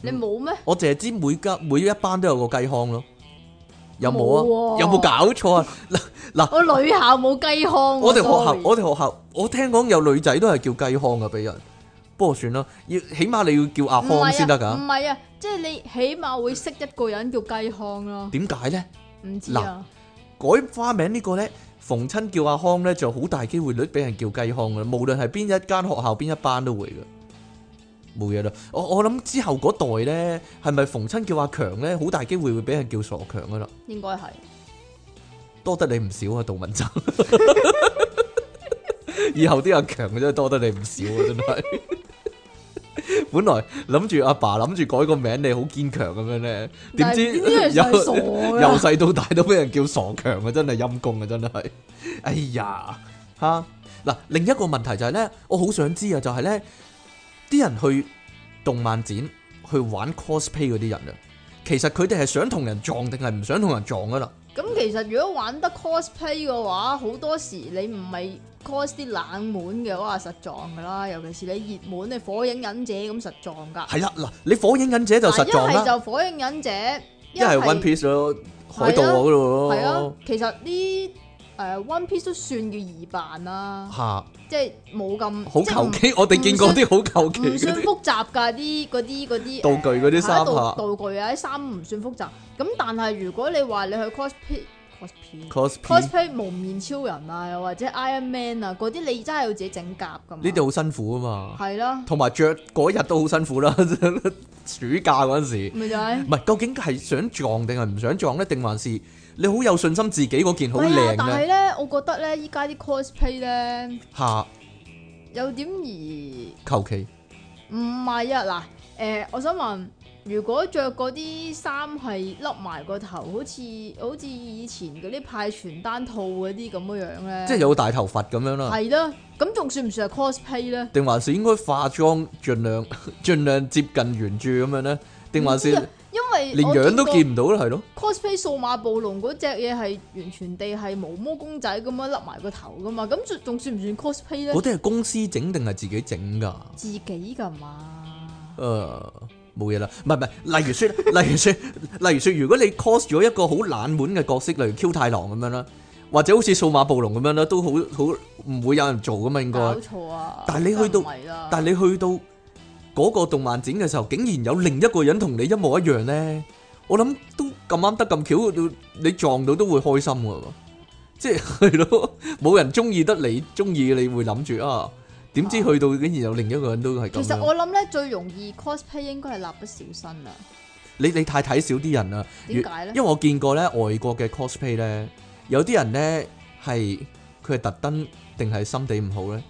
你冇咩？
我淨係知每家每一班都有個雞康咯。有冇啊？
冇喎
有冇搞錯 啊？
我女校冇雞康喎。
我哋學校
sorry，
我哋學校，我聽講有女仔都係叫雞康噶，俾人。不過算啦，要起碼你要叫阿
唔係啊
康先得㗎。
唔係啊，即係你起碼會識一個人叫雞康咯，
點解咧？
唔知啊。
改花名呢個咧，逢親叫阿康咧，就好大機會率俾人叫雞康噶啦。無論係邊一間學校邊一班都會噶，冇嘢啦。我我諗之後嗰代咧，係咪逢親叫阿強咧，好大機會會俾人叫傻強噶啦。
應該係。
多得你唔少啊，杜文澤。 以後啲阿強真係多得你唔少啊，真係。 本來諗住阿爸諗住改個名，你好堅強咁樣咧，點
但係
知
呢樣嘢就係傻啊
由
㗎
由細到大都俾人叫傻強啊，真係陰公啊，真係。哎呀，吓嗱，另一個問題就係咧，我好想知啊，就係咧，啲人去動漫展去玩 cosplay 嗰啲人啊，其實佢哋係想同人撞定係唔想同人撞啊噶啦。
咁其實如果玩得 cosplay 嘅話，好多時你唔係 cos 啲冷門嘅話，實撞噶啦。尤其是你熱門，你火影忍者咁實撞噶。
係啦，啊嗱，你火影忍者就實撞
嗱一係
啦，
就火影忍者，
一係 One Piece 咯，海盜嗰度咯，
啊係啊，其實呢誒 One Piece 都算叫易辦啦，
嚇，
即係冇咁
好求，其，我哋見過啲好求
即係唔唔
其
算
嗰啲，
複雜㗎啲嗰啲嗰啲
道具嗰啲
誒
衫
係啊道
嚇
道具啊啲衫唔算複雜。咁但係如果你話你去 cosplay cosplay
cosplay
cosplay 蒙面超人啊，又或者 Iron Man 啊，嗰啲你真係要自己整甲噶嘛？
呢啲好辛苦啊嘛，
係啦，
同埋着嗰日都好辛苦啦， 暑假嗰陣時，
咪就係
唔係究竟係想撞定係唔想撞咧，定還是你好有信心自己嗰 件好
唔係啊
靚
但係
咧
咧，我覺得咧，依家啲 cosplay 咧
嚇
有點而
求其
唔係啊嗱，誒、我想問，如果着嗰啲衫係笠埋個頭，好似好似以前嗰啲派傳單套嗰啲咁樣樣咧，
即係有大頭髮咁樣啦，
係啦，咁仲算唔算係 cosplay 咧？
定還是應該化妝盡量 盡量接近原著咁樣咧，定還是
唔知啊因為
連
我
樣都
過
見唔到啦，係咯？
cosplay 數碼暴龍嗰只嘢係完全地係毛毛公仔咁樣笠埋個頭噶嘛，咁仲仲算唔算 cosplay 咧
嗰？啲係公司整定係自己整㗎？
自己噶嘛，
誒、冇嘢啦，唔係唔係，例如説， 例如説，例如説，如果你 cos 咗一個好冷門嘅角色，例如 Q 太郎咁樣啦，或者好似數碼暴龍咁樣啦，都好好唔會有人做噶嘛，應
搞
該。
錯啊！
但係你去到
梗係唔係啦，
但係你去到嗰個動漫展嘅時候，竟然有另一個人同你一模一樣咧，我諗都咁啱得咁巧，你撞到都會開心㗎喎，即係係咯，冇人中意得你中意，你會諗住啊，點知去到竟然有另一個人都係咁
其實
樣。
我諗咧最容易 cosplay 應該係蠟筆小新啦，啊
你你太睇少啲人啦，
點解咧
因為我見過咧外國嘅 cosplay 咧，有啲人咧係佢係特登定係心地唔好咧。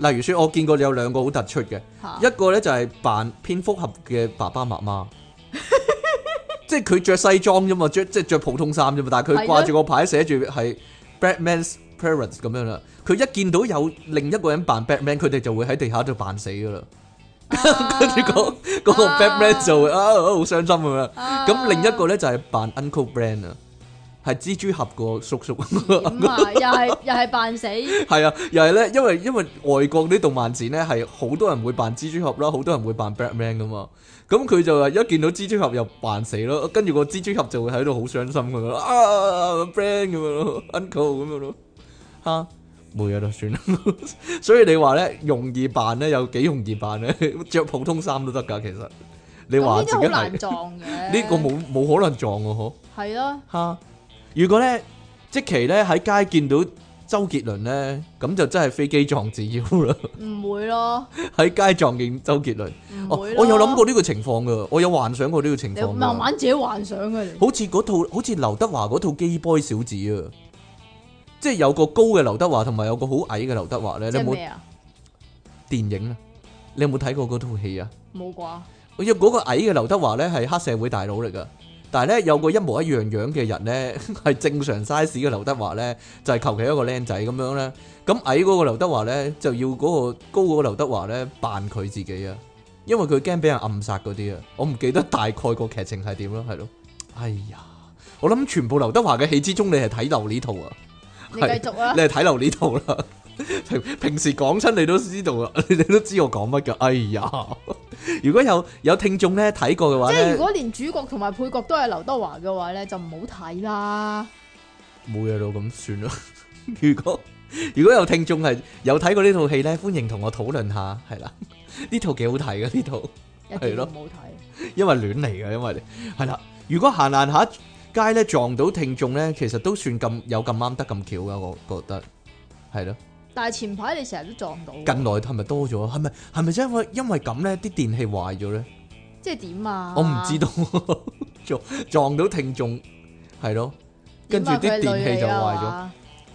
例如說，我見過有兩個好突出嘅，
嚇
一個咧就係扮蝙蝠俠嘅爸爸媽 媽，即係佢着西裝啫嘛，着即係着普通衫啫嘛，但係佢
係咯
掛住個牌寫住係 Batman's parents 咁樣啦。佢一見到有另一個人扮 Batman，佢哋就會喺地下度扮死噶啦。 跟住嗰嗰個
啊
Batman 就會啊好傷心咁樣。
啊
咁另一個咧就係扮 Uncle Brand 啊，係蜘蛛俠個叔叔，
點啊？又係又係扮死，
係啊，又係咧，因為因為外國啲動漫展咧係好多人會扮蜘蛛俠啦，好多人會扮 Batman 噶嘛，咁佢就話一見到蜘蛛俠又扮死咯，跟住個蜘蛛俠就會喺度好傷心咁樣啊 Brand 咁樣咯，Uncle 咁樣咯，嚇冇嘢啦，算啦。 所以你話咧容易扮咧有幾容易扮咧， 着普通衫都得㗎，其實你
咁
話
呢
自
啲
己係
好 難
呢
撞嘅。
個冇冇可能撞喎，嗬？
係咯，
吓，如果咧即期咧喺街見到周杰倫咧，咁就真係飛機撞自腰啦！
唔會咯，
喺街撞見周杰倫，
唔
哦，
會咯。
我有諗過呢個情況噶，我有幻想過呢個情
你
況㗎。
慢慢自己幻想嘅 你。
好似嗰套好似劉德華嗰套《基 boy 小子》啊，即係有個高嘅劉德華同埋有個好矮嘅劉德華咧。你
即
有
係
冇
咩啊？
電影啊？你有冇睇過嗰套戲啊？
冇啩？
我入嗰個矮嘅劉德華咧係黑社會大佬嚟噶，但係咧有個一模一樣樣嘅人咧 係正常 size 嘅劉德華咧，就係求其一個僆仔咁樣咧。咁矮嗰個劉德華咧就要嗰個高嗰個劉德華咧扮佢自己啊，因為佢驚俾人暗殺嗰啲啊。我唔記得大概個劇情係點咯，係咯。哎呀，我諗全部劉德華嘅戲之中，你係睇漏呢套啊！
你
係
繼續啊
你！係睇漏呢套啦。平平時講親你都知道啦， 你都知我講乜噶。哎呀，如果有有聽眾咧睇過嘅話
即係
咧
如，果連主角同埋配角都係劉德華嘅話咧，就唔好睇啦。
冇嘢咯，咁算啦。 如果如果有聽眾係有睇過呢套戲咧，歡迎同我討論下，係啦。呢套幾好睇嘅呢套，
一
係
啲
咯
都唔好睇。
因為亂嚟嘅，因為係啦。如果行行下街咧撞到聽眾咧，其實都算咁有咁啱得咁巧噶，我覺得係咯。
但係前排你成日都撞到，
近來係咪多咗？係咪係咪因為因為咁咧啲電器壞咗咧？
即係點啊？
我唔知 道，撞撞到聽眾係咯，
啊
跟住啲電器就
à.
壞咗，
咗。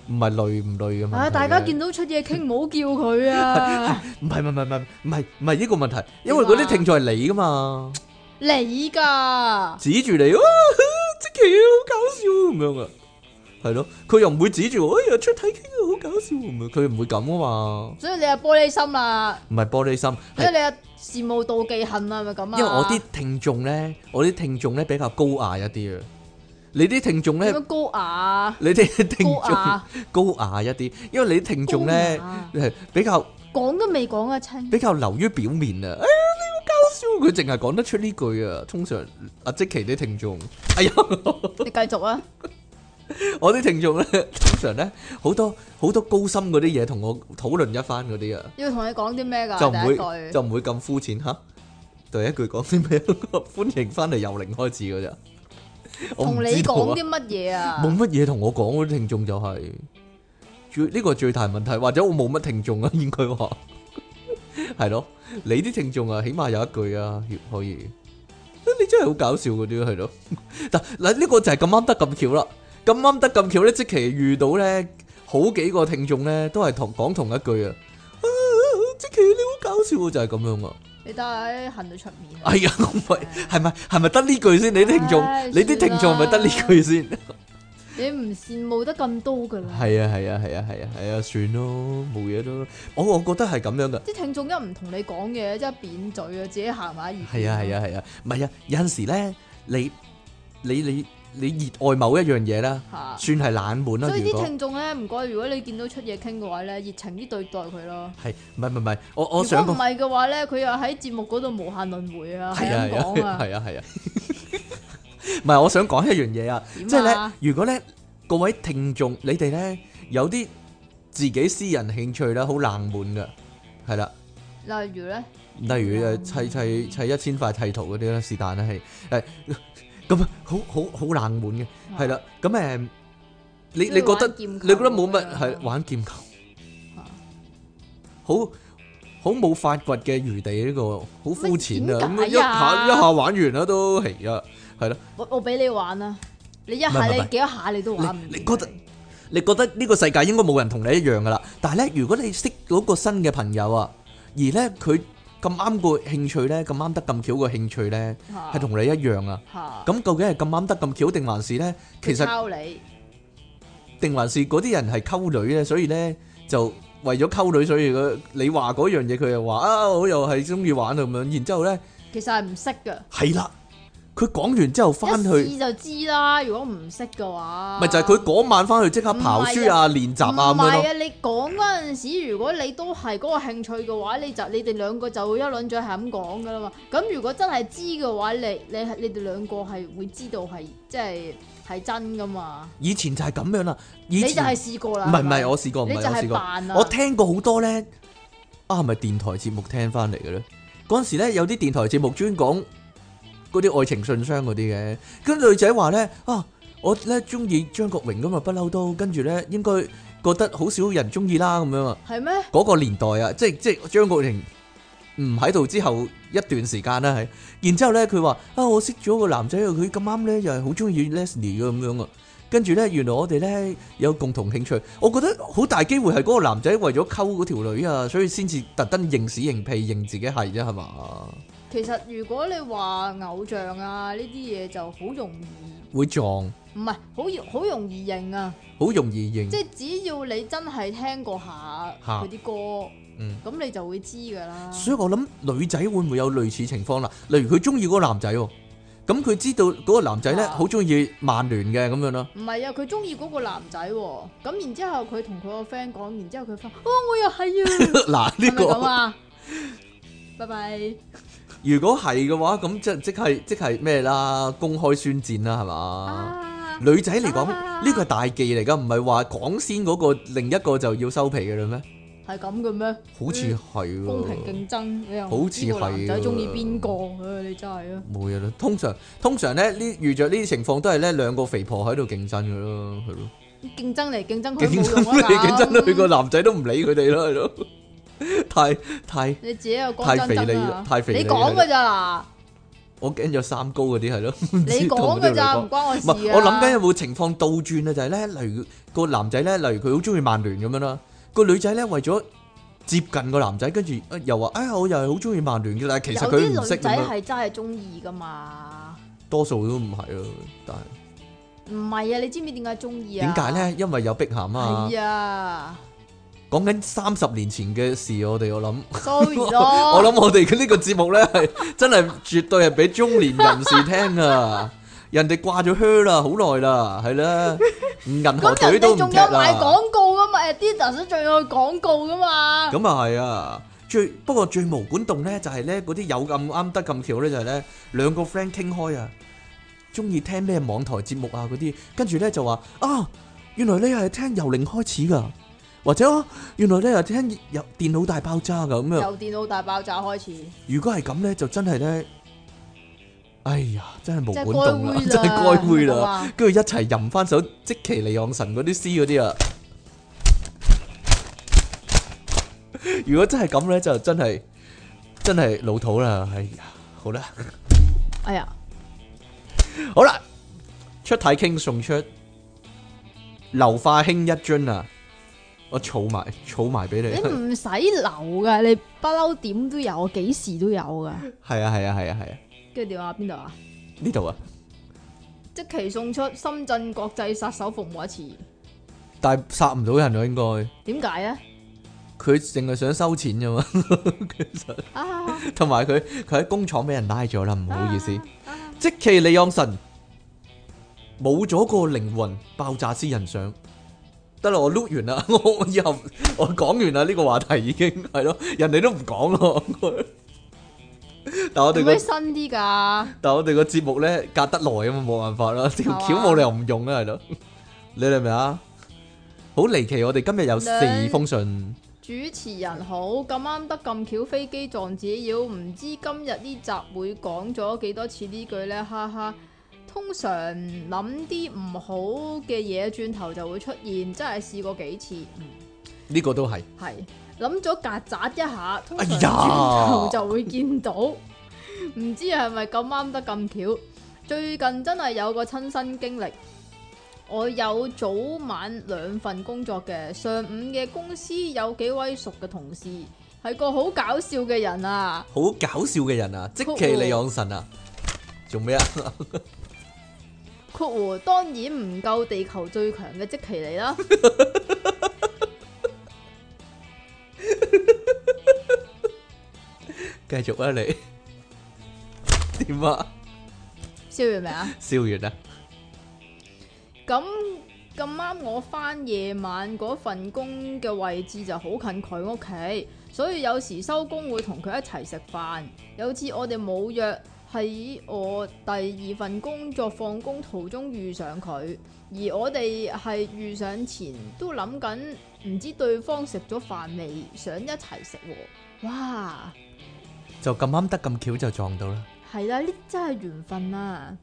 唔係累唔累嘅問題嘅。
啊！大家見到出嘢傾，唔好叫佢啊！
唔係唔係唔係唔係唔係呢個問題，因為嗰啲聽眾係你噶嘛，
你㗎，
指住你，哇，即奇好搞笑咁樣啊，係咯，佢又唔會指住我，哎呀出體傾啊好搞笑咁樣，佢唔會咁噶嘛，
所以你係玻璃心啦，
唔係玻璃心，
所以
係
你係羨慕妒忌恨啊，係咪咁啊？
因為我啲聽眾咧，我啲聽眾咧比較高雅一啲啊，你啲聽眾
點
咧
樣，高雅、
你 啲聽
高
眾。
雅、
高雅一啲，因為你聽眾咧
高雅
係比較
講都未講啊，親
比較流於表面啊！哎呀，你好搞笑，佢淨係講得出呢句啊。通常阿即奇啲聽眾， 哎呀，
你繼續啊！
我啲聽眾咧，通常咧好多好多高深嗰啲嘢同我討論一番嗰啲啊，
要同你講啲咩㗎？
就唔
第一
會
句
就唔會咁膚淺吓。第一句講啲咩？ 歡迎翻嚟由零開始嗰咋。我唔
同你
知道啊
講啲乜嘢啊？
冇乜嘢同我講嗰啲聽眾就係、最呢個最大問題，或者我冇乜聽眾啊，應該話係咯。你啲聽眾啊，起碼有一句啊，可以。你真係好搞笑嗰啲係咯。但嗱呢個就係咁啱得咁巧啦，咁啱得咁巧咧，即其遇到咧好幾個聽眾咧，都係同講同一句啊。啊即其你好搞笑啊，就係、咁樣啊！
你睇下恨到出面啊。
哎呀，唔係係咪係咪得呢句先？你啲聽眾，
唉
你啲聽眾係咪得呢句先？
你唔羨慕得咁多㗎啦，
係啊係啊係啊係啊係啊，算咯，冇嘢咯。我我覺得係咁樣噶。
啲聽眾一唔同你講嘢，即係扁嘴啊，自己行埋一邊。
係啊係啊係啊，唔係啊，有陣時咧，你你你你熱愛某一樣嘢啦，
嚇
算係冷門啦。
所以
如
啲
果
聽眾咧，唔該，如果你見到出嘢傾嘅話咧，熱情啲對待佢咯。
係唔係唔係唔係，我
如
我
果
想
唔
講
係嘅話咧，佢又喺節目嗰度無限輪迴啊，係
係啊
咁講
係啊
啊，
係啊係啊，唔係我想講一樣嘢啊，
點啊
即係咧，如果咧各位聽眾，你哋咧有啲自己私人興趣啦，好冷門噶，係啦。
例如咧，
例如誒砌砌砌一千塊砌圖嗰啲啦，是但啦係誒 咁好好好冷門嘅，係啦咁誒，你你覺得你覺得冇乜係玩劍球，好好冇發掘嘅餘地呢個，好膚淺啊！咁
乜
一
點解
下
啊
一下玩完啦都係啊，係啦，
我我俾你玩啊，你一
唔係
下
唔係
你
唔係
幾多下你都玩唔
你
掂
你覺得？你覺得呢個世界應該冇人同你一樣噶啦，但係咧，如果你識到個新嘅朋友啊，而咧佢咁啱個興趣咧，咁啱得咁巧個興趣咧，係
係
同你一樣啊！
嚇
咁究竟係咁啱得咁巧，定還是咧？其實
抄你
定還是嗰啲人係溝女咧，所以咧就為咗溝女，所以佢你話嗰樣嘢，佢又話啊，我又係中意玩啊咁樣。然之後咧，
其實係唔識嘅，
係啦，佢講完之後翻去，
一試就知啦。如果唔識嘅話，
咪就係佢嗰晚翻去即刻刨書啊、練習啊
唔
咁樣
係
咯。
啊！你講嗰陣時，如果你都係嗰個興趣嘅話，你就你哋兩個就會一輪嘴係咁講噶啦嘛。咁如果真係知嘅話，你你你哋兩個係會知道係即係係真噶嘛？
以前就係咁樣啦，以
你就
前
係試過啦，
唔係唔
咪
係，我試過，唔
你
係
就
我試
係
過。
扮啊！
我聽過好多咧，啊係咪電台節目聽翻嚟嘅咧？嗰陣時咧有啲電台節目專講嗰啲愛情信箱嗰啲嘅，跟女仔話咧啊，我咧中意張國榮咁啊，不嬲都跟住咧應該覺得好少人中意啦咁樣啊。
系咩？
嗰個年代啊，即係即係張國榮唔喺度之後一段時間啦，係。然之後咧，佢話啊，我識咗個男仔啊，佢咁啱咧又係好中意 Leslie 嘅咁樣啊。跟住咧，原來我哋咧有共同興趣，我覺得好大機會係嗰個男仔為咗溝嗰條女啊，所以先至特登認屎認屁認自己係啫，係嘛？
其實如果你話偶像啊呢啲嘢就好容易，
會撞，
唔係好易好容易認啊！
好容易認
即。係只要你真係聽過下
嚇
佢啲歌，
嗯
咁你就會知㗎啦。
所以我諗女仔會唔會有類似情況啦？例如佢中意嗰個男仔喎，咁佢知道嗰個男仔咧
啊
好中意曼聯嘅咁樣啦。
唔係啊，佢中意嗰個男仔喎，咁然之後佢同佢個 friend 講，然之後佢翻，哦，我又係啊，
嗱 呢
係咪咁
個。
啊？拜拜。
如果係嘅話，咁即即係即係咩啦？公開宣戰啦，係嘛？
啊
女仔嚟講，
啊
呢個係大忌嚟噶，唔係話講先嗰、個，另一個就要收皮嘅嘞咩？
係咁嘅咩？
好似係
公平
喎，
競爭，你又
好
唔
似
知個男
係啊
仔
喎
中意邊個？唉，你真係啊！
冇嘢啦。通常通常咧呢遇着呢啲情況都係呢兩個肥婆喺度競爭嘅咯，係咯，
競爭嚟競爭去
競爭
冇
嚟
用啊！
競爭去個
咁
男仔都唔理佢哋咯，係咯，太太
你自己又講
太肥
真真
膩
啊
啦！太肥膩
你講㗎咋
我驚咗三高嗰啲係咯， 唔
嗱？
知
你
同
講
佢哋
㗎咋？
講
唔關我
唔
事
係，
啊！
我諗緊有冇情況倒轉啊？就係咧，例如個男仔咧，例如佢好中意曼聯咁樣啦，個女仔咧為咗接近個男仔，跟住啊又話：哎呀，我又係好中意曼聯嘅，但係其實
有
佢
啲
唔識
女
咁
仔
樣，
係真係中意㗎嘛？
多數都唔係咯。但係
唔係啊！你知唔知點解中意啊？
點解？咧？因為有碧咸啊！
係啊
講緊三十年前嘅事，我哋我諗，
，sorry 哦咯。
我諗我哋呢個節目咧係真係絕對係俾中年人士聽 啊！人哋掛咗靴啦，好耐啦，係啦，銀河
咁
隊
人
都
哋
唔
仲
踢
有賣
啦。
廣告噶嘛？Adidas 仲有廣告噶 嘛？
咁啊係啊，最不過最無管動咧就係咧嗰啲有咁啱得咁巧咧就係咧兩個 friend 傾開啊，中意聽咩網台節目啊嗰啲，跟住咧就話啊，原來你係聽由零開始噶，或者啊，原來你係聽由電腦大爆炸噶咁樣。
由電腦大爆炸開始，即
如果係咁咧，就真係咧，哎呀，真係無
係
管
該
動啦，
會
真係
啦，啊
該會啦。
係嘛。
跟住一齊吟翻首即其利昂神嗰啲詩嗰啲啊！如果真係咁咧，就真係真係老土啦！哎呀，好啦，
哎 呀，
好啦，出體傾送出硫化氫一樽啊！我儲埋儲埋俾你，
你唔使留噶，你不嬲點都有，幾時都有噶。
係啊係啊係啊係啊！
跟住點啊？邊度啊？
呢度啊，
即期送出深圳國際殺手服務一次，
但係殺唔到人啊，應該
點解咧？
佢淨係想收錢啫嘛，
啊，
同埋佢佢喺工廠俾人拉咗啦，唔好意思。
啊，啊
即其利昂神冇咗個靈魂，爆炸私人相。得啦，我 碌完啦，我以後我講完啦，呢、個話題已經係咯，人哋都唔講咯。 但我
有
哋
咩
個
新啲㗎？
但我哋個節目咧隔得耐咁嘛，冇辦法 啦，條
係嘛
橋冇理由唔用啦，係咯。你明唔明啊？好離奇，我哋今日有四
兩
封信，
主持人好，咁啱得咁巧，飛機撞自己腰，唔知今日呢集會講咗幾多次呢句呢？哈哈。通常諗啲唔好嘅嘢，轉頭就會出現，真係試過幾次，嗯，
呢、個都係。
係諗咗曱甴一下，通
哎
常
呀
轉頭就會見到，唔、知係咪咁啱得咁巧？最近真係有個親身經歷，我有早晚兩份工作嘅，上午嘅公司有幾位熟嘅同事，係個好搞笑嘅人啊！
好搞笑嘅人啊！即其利昂神啊，做咩啊？
括弧當然唔夠地球最強嘅即奇嚟啦。
繼續啊你，點啊？
笑完未啊？
笑完啦，
咁咁啱我翻夜晚嗰份工嘅位置就好近佢屋企，所以有時收工會同佢一齊食飯。有次我哋冇約，喺我第二份工作放工途中遇上佢，而我哋係遇上前都諗緊，唔知對方食咗飯未，想一齊食喎。哇！
就咁啱得咁巧就撞到啦。
係啦，呢啲真係緣分啊！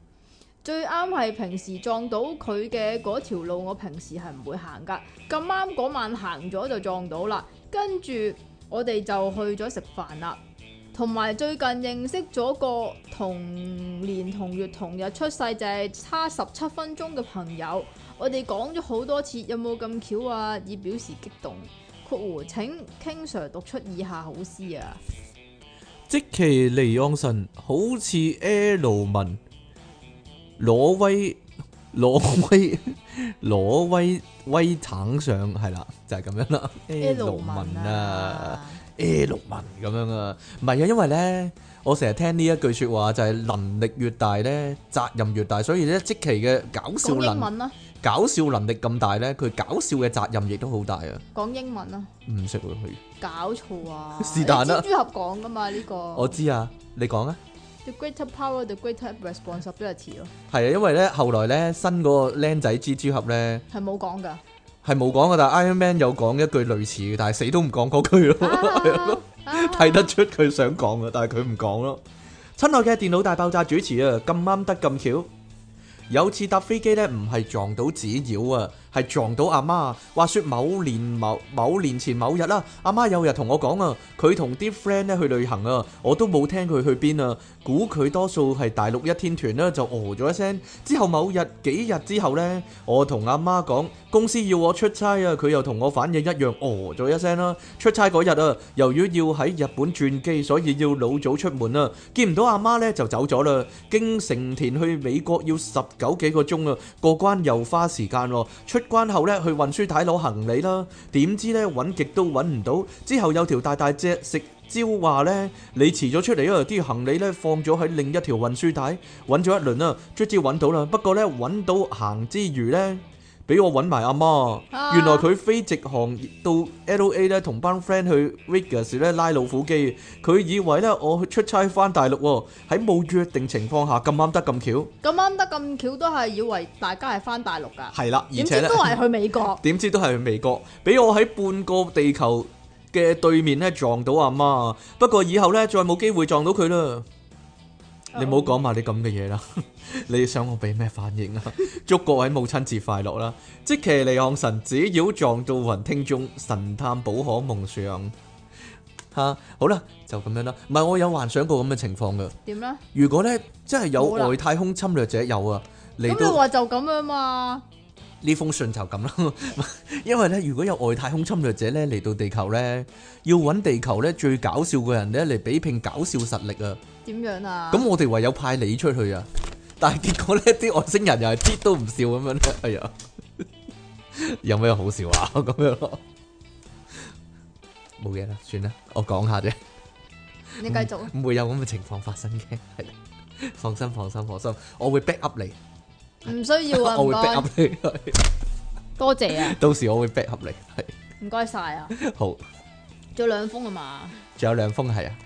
最啱係平時撞到佢嘅嗰條路，我平時係唔會行噶。咁啱嗰晚行咗就撞到啦，跟住我哋就去咗食飯啦。同埋最近認識咗個同年同月同日出世，就係差十七分鐘嘅朋友。我哋講咗好多次，有冇咁巧啊？以表示激動。括弧請 King Sir 讀出以下好詩啊！
即其尼昂神好似 L 文，挪威挪威挪威威橙上係啦，就係、咁樣啦。L 文
à.
啊，L 文咁樣啊，唔係啊，因為咧，我成日聽呢一句説話就係、能力越大咧，責任越大，所以咧即其嘅搞笑
講英
能
文啊啦，
搞笑能力咁大咧，佢搞笑嘅責任亦都好大啊！
講英文啦，
唔識喎佢，
搞錯啊！
是但啦
你蜘蛛俠講噶嘛呢個？
我知啊，你講啊。
The greater power, the greater responsibility 咯，
系啊，因為咧後來咧新嗰個僆仔蜘蛛俠咧
係冇 講噶。
係冇講嘅，但係 Iron Man 有講一句類似嘅，但係死都唔講嗰句咯，
啊
睇、得出佢想講嘅，但係佢唔講咯。親愛嘅電腦大爆炸主持啊，咁啱得咁巧，有次搭飛機咧唔係撞到紙鷂啊，係撞到阿媽。話說某年某某年前某日啦，阿媽有日同我講啊，佢同啲 friend 咧去旅行啊，我都冇聽佢去邊啊。估佢多數係大陸一天團啦，就哦咗一聲。之後某日幾日之後呢，我同阿媽講公司要我出差啊，佢又同我反應一樣，哦咗一聲啦。出差嗰日啊，由於要喺日本轉機，所以要老早出門啊。見唔到阿媽呢，就走咗啦。經成田去美國要十九幾個鐘啊，過關又花時間喎。出關後呢，去運輸帶攞行李啦，點知呢，揾極都揾唔到。之後有條大大隻食。招話呢，你遲咗出嚟啊！啲行李呢，放咗喺另一條運輸帶，揾咗一輪啦，卒之揾到啦。不過呢，揾到行之餘呢，俾我揾埋阿媽。
啊
原來佢飛直航到 L.A. 呢，同班 friend 去 Vegas 呢拉老虎機。佢以為呢，我出差翻大陸喎，喺冇約定情況下咁啱得咁
咁啱得咁巧，都係以為大家係翻大陸噶，
巧，係啦，而
點
且
知
呢。
都。係去美國
點知都係去美國，俾我喺半個地球嘅對面咧撞到阿媽。不過以後咧再冇機會撞到佢
哦
啦。 你唔好講埋你咁嘅嘢啦， 你想我俾咩反應啊？祝各位母親節快樂啦！即其離岸神只要撞到雲聽眾，神探寶可夢上吓、好啦，就咁樣啦。唔係我有幻想過咁嘅情況噶。
點咧？
如果咧真係有
冇啦
外太空侵略者有啊，嚟
咁你
到。
話就咁樣嘛？
呢封信就咁啦， 因為咧，如果有外太空侵略者咧嚟到地球咧，要揾地球咧最搞笑嘅人咧嚟比拼搞笑實力啊！
點樣啊？
咁、我哋唯有派你出去啊！但係結果咧，啲外星人又係啲都唔笑咁樣 咧，哎呀，有咩好笑啊？ 咁樣咯，冇嘢啦，算啦，我講下 啫。
你繼 續啊。
唔會有咁嘅情況發生嘅， 係啦，放心，放心，放心，我會 back up 你，
唔需要啊，
我
唔
會 back
該
up，你，
多謝啊，
到時我會 back up 你，係
唔該晒啊，
好。
仲有兩封啊嘛。
仲有兩封係啊，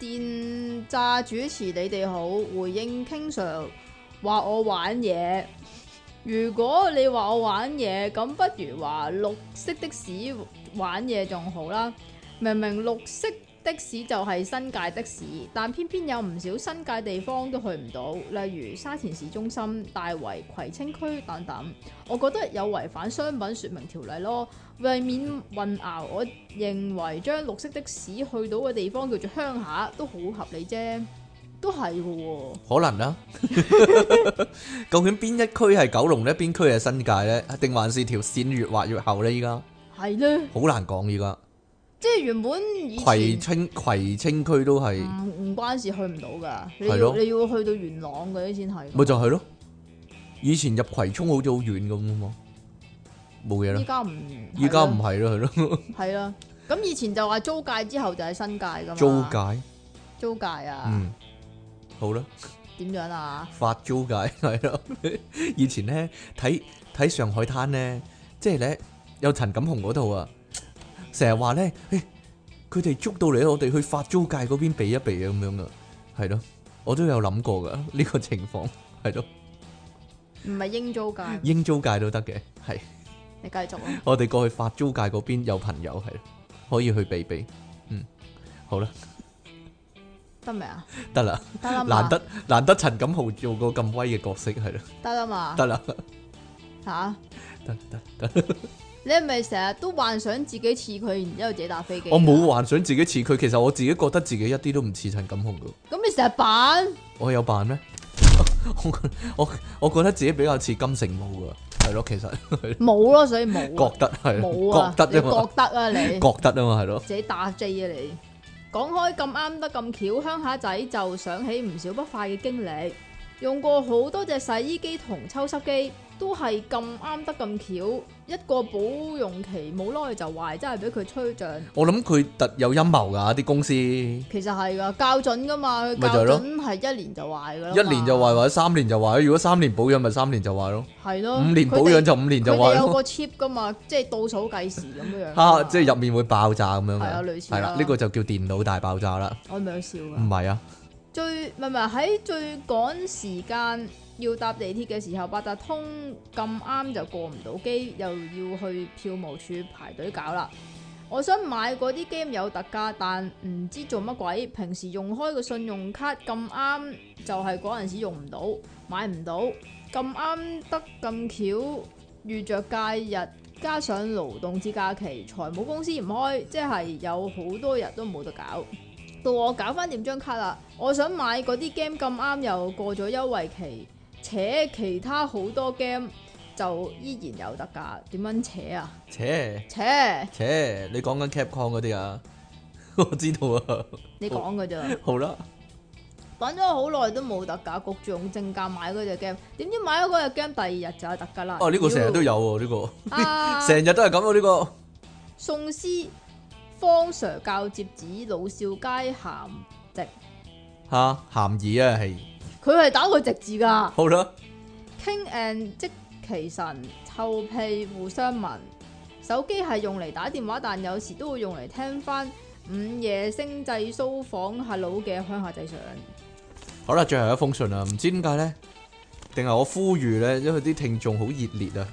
電炸主持你哋好，回應 King Sir 話我玩嘢。如果你話我玩嘢，咁不如話綠色的士玩嘢仲好啦。明明綠色的士就係新界的士，但偏偏有唔少新界地方都去唔到，例如沙田市中心、大圍、葵青區等等。我覺得有違反商品說明條例咯。為免混淆，我認為將綠色的士去到嘅地方叫做鄉下都好合理啫，都係嘅喎。
可能 啦。究竟邊一區係九龍呢？邊區係新界呢？定還是條線越畫越後呢？依家
係咧，
好難講，依家
即係原本以
葵
前
青葵青區都係，
唔唔關事去唔到噶，你
係
要
咯
你要去到元朗嗰啲先係㗎。
咪就係咯。以前入葵涌好似好遠咁啊嘛，冇嘢啦
依。家唔，
依家唔係啦，係咯，
係啦。咁以前就話租界之後就係新界噶嘛。
租界，
租界啊？
嗯，好啦，
點樣啊？
發租界係咯。以前呢，睇睇上海灘呢，即係呢，有陳錦鴻嗰套啊，成日話呢，欸佢哋捉到你，我哋去法租界嗰邊避一避啊，咁樣噶，係咯，我都有諗過噶呢個情 況，係咯，
唔係英租界，
英租界都得嘅，係
你繼續啊。
我哋過去法租界嗰邊有朋友係可以去避避，嗯，好啦，
得未啊？
得啦，
得啦嘛
難，得難得陳錦豪做過咁威嘅角色係啦，
得啦嘛，
得啦，
吓，
得得得，
你係咪成日都幻想自己似佢，然之後自己打飛機？
我冇，幻想自己似佢，其實我自己覺得自己一啲都唔似陳錦豪噶，
咁你成日扮，
我有扮咩？ 我我我覺得自己比較似金城武噶，係咯，其實
冇咯，所以冇啊，
覺得係
冇啊
咯，，覺得
你
啫嘛，
覺得啊你。
覺得啊嘛係咯，
自己打 J 啊你！講開咁啱得咁巧，鄉下仔就想起唔少不快嘅經歷，用過好多隻洗衣機同抽濕機，都係咁啱得咁巧，一個保用期冇耐就壞，真係俾佢吹脹。
我諗佢特有陰謀㗎啲公司，一
其實係噶，校準噶嘛，佢
咪就
校
係咯
準係一年就壞噶啦嘛，
年就壞或者三年就壞，如果三年保養咪三年就壞咯，
係咯，
五年保
哦佢
養
哋
就五年就
佢哋
壞
有
咯。
個 chip 噶嘛，即係倒數計時咁樣樣㗎嘛。
啊，即係入面會爆炸咁樣
係啊
嘅，
類似
係啦
啦，
呢個就叫電腦大爆炸啦，
我咪有笑㗎。
唔係啊，
最唔係唔係喺最趕時間要搭地鐵嘅時候，八達通咁啱就過唔到機，又要去票務處排隊搞啦。我想買嗰啲 game 有特價，但唔知做乜鬼。平時用開個信用卡咁啱就係嗰陣時用唔到，買唔到。咁啱得咁巧遇着假日，加上勞動節假期，財務公司唔開，即係有好多日都冇得搞。到我搞翻掂張卡啦，我想買嗰啲 game 咁啱又過咗優惠期，且其他好多 game 就依然有特價，點樣扯啊？
切
扯，
切，你講緊 Capcom 嗰啲啊， 我知道啊，
你講噶咋？
好啦，
揾咗好耐都冇特價，焗住用正價買嗰只 game，點知買咗嗰只 game 第二日就有特價啦。
哦呢個成日都
妖
有喎，呢
啊
個成日都係咁啊呢個，
宋詩方 Sir 教接子老少皆鹹直，
吓鹹魚啊係，
佢係打個直字㗎。
好啦，
King and 即其神臭屁互相聞。手機係用嚟打電話，但有時都會用嚟聽翻午夜星際騷訪 Hello 嘅鄉下仔上。
好啦，最後一封信啊啦，唔知點解咧，定係我呼籲咧，因為啲聽眾好熱烈啊。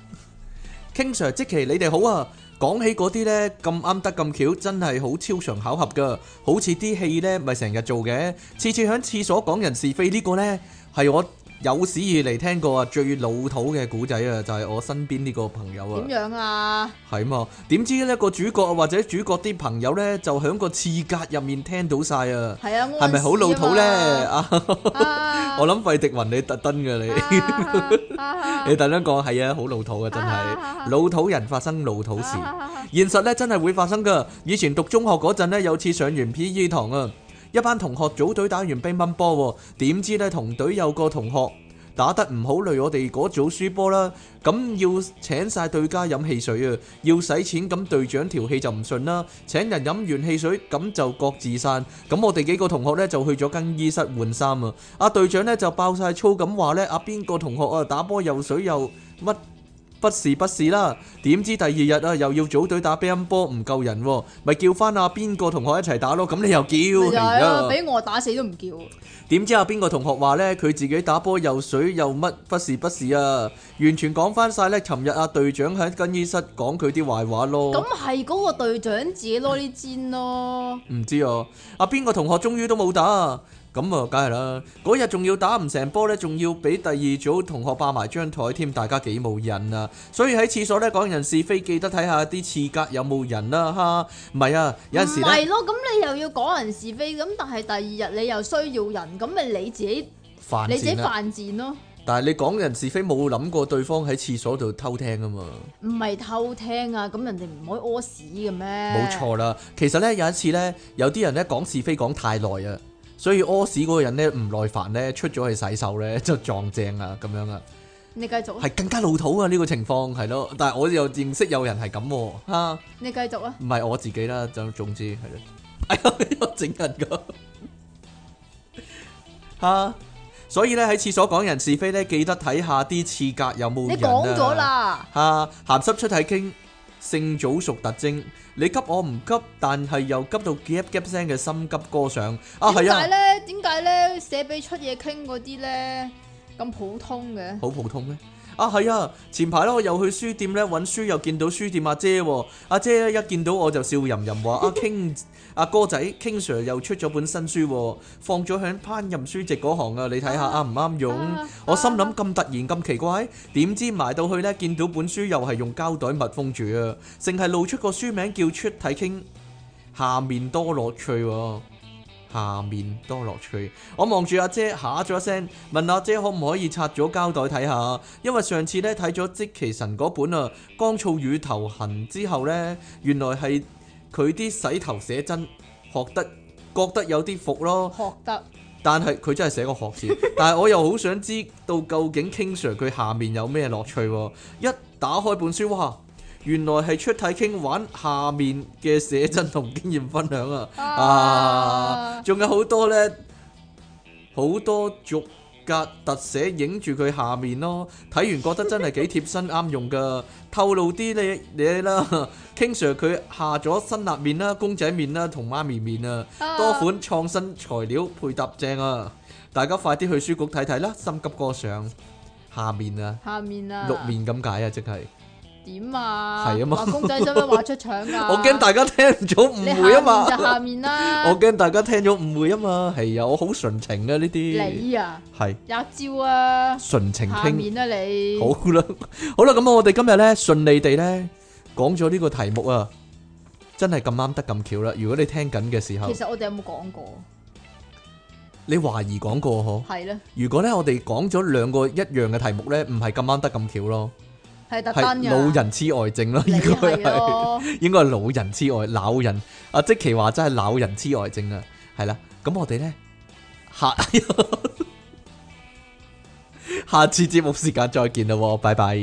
King Sir，即其你哋好啊！講起嗰啲呢，咁啱得咁巧，真係好超常巧合噶。好似啲戲呢，咪成日做嘅，次次喺廁所講人是非呢個呢，係我有史以嚟聽過啊最老土嘅古仔啊，就係、我身邊呢個朋友啊
點，樣啊？
係嘛？點知呢個主角或者主角啲朋友呢，就喺個廁格入面聽到晒啊，
係啊，
係咪好老土呢？啊，
啊？
我諗費迪雲你特登嘅你。
啊 啊
你特登講係啊，好老土啊，真係老土人發生老土事，
啊
現實咧真係會發生噶。以前讀中學嗰陣咧，有次上完 P.E. 堂啊，一班同學組隊打完乒乓波喎，點知咧同隊有個同學打得唔好，累我哋嗰組輸波啦。咁要請晒對家飲汽水啊，要使錢咁隊長條氣就唔順啦，請人飲完汽水咁就各自散。咁我哋幾個同學呢就去咗更衣室換衫啊。阿隊長呢就爆晒粗咁話呢，阿邊個同學啊打波又水又乜不是不是啦。點知第二日啊又要組隊打乒乓波唔夠人喎，咪叫翻阿邊個同學一齊打咯。咁你又叫
咪就係
係啊
咯，俾我打死都唔叫。
點知啊？邊個同學話呢？佢自己打波又水又乜不是不是啊！完全講翻晒呢。尋日啊，隊長喺更衣室講佢啲壞話
咁
咯。
係嗰個隊長自己攞啲煎 咯。
唔知啊，啊邊個同學終於都冇打啊！咁啊，梗係啦。嗰日仲要打唔成波呢，仲要俾第二組同學霸埋張台添，大家幾冇癮啊！所以喺廁所呢，講人是非，記得睇下啲廁格有冇人啦、哈，唔係啊，有陣時
唔
呢。
係咯，咁你又要講人是非，咁但係第二日你又需要人，咁咪你自己
犯
你自己
賤啊！
犯賤咯。
但係你講人是非冇諗過對方喺廁所度偷聽啊嘛。
唔係偷聽啊，咁人哋唔可以屙屎嘅咩？
冇錯啦，其實咧有一次咧，有啲人咧講是非講太耐啊，所以屙屎嗰個人咧唔耐煩咧，出咗去洗手咧就撞正啊咁樣啊，
你繼續啊，
係更加老土啊呢、個情況係咯，但係我又認識有人係咁喎，啊
你繼續啊，
唔係我自己啦，就總之係咯， 哎呀，我整人 噶嚇，所以咧喺廁所講人是非咧，記得睇下啲廁格有冇
你
人
講咗
啊
啦，
啊！鹹濕出體傾，性早熟特徵，你急我唔急，但係又急到夾夾聲嘅心急歌上啊，
點
係
解
啊，
咧？點解咧？寫俾出嘢傾嗰啲咧咁普通嘅，
好普通咩？啊，係啊，前排咧我又去書店咧揾書，又見到書店阿姐喎、阿姐咧一見到我就笑吟吟話：阿 King 阿哥仔 King Sir 又出咗本新書喎、放咗喺烹飪書籍嗰行啊，你睇下啱唔啱用？
啊
我心諗咁突然咁奇怪，點知埋到去呢？見到本書又係用膠袋密封住啊，淨係露出個書名叫出體傾，下面多樂趣喎、下面多樂趣，我望住阿姐嚇咗一聲，問阿姐可唔可以拆咗膠袋睇下？因為上次呢睇咗即其神嗰本啊，《乾燥乳頭痕》之後呢，原來係佢啲洗頭寫真，學得覺得有啲服咯。
學得
但係佢真係寫個學字， 但係我又好想知道究竟 King Sir 佢下面有咩樂趣喎、一打開本書，哇！原來係出體傾玩下面嘅寫真同經驗分享啊！啊
啊，！
仲有好多呢，好多逐格特寫影住佢下面咯。睇完覺得真係幾貼身啱用噶。透露啲你你啦，King Sir 佢下咗辛辣面啦、公仔面啦同媽咪面啊。
Ờ.
多款創新材料配搭正啊！大家快啲去書局睇睇啦，心急歌上下面啊，
下面啊，
六面咁解啊，即係
點啊？
係啊嘛
畫公仔使 唔使畫出腸啊？
我驚大家聽唔咗
你
誤會啊
下面就下
嘛，
面啦。
我驚大家聽咗誤會啊嘛，係啊，我好純情啊呢啲，
你啊，
係
有招啊，
純情
下
傾。
面啊你。
好啦，好啦，咁我哋今日咧順利地咧講咗呢個題目啊，真係咁啱得咁巧啦！如果你聽緊嘅時候
其，實我哋有冇講過？
你懷疑講過嗬？
係咧，
如果咧我哋講咗兩個一樣嘅題目咧，唔係咁啱得咁巧咯。
係特
係
登嘅。
老人痴呆症咯，
你
應該
係
係
咯，
應該係老人痴呆，老人啊，即其話真係老人痴呆症啊，係啦，咁我哋咧下 下次節目時間再見啦喎，拜拜。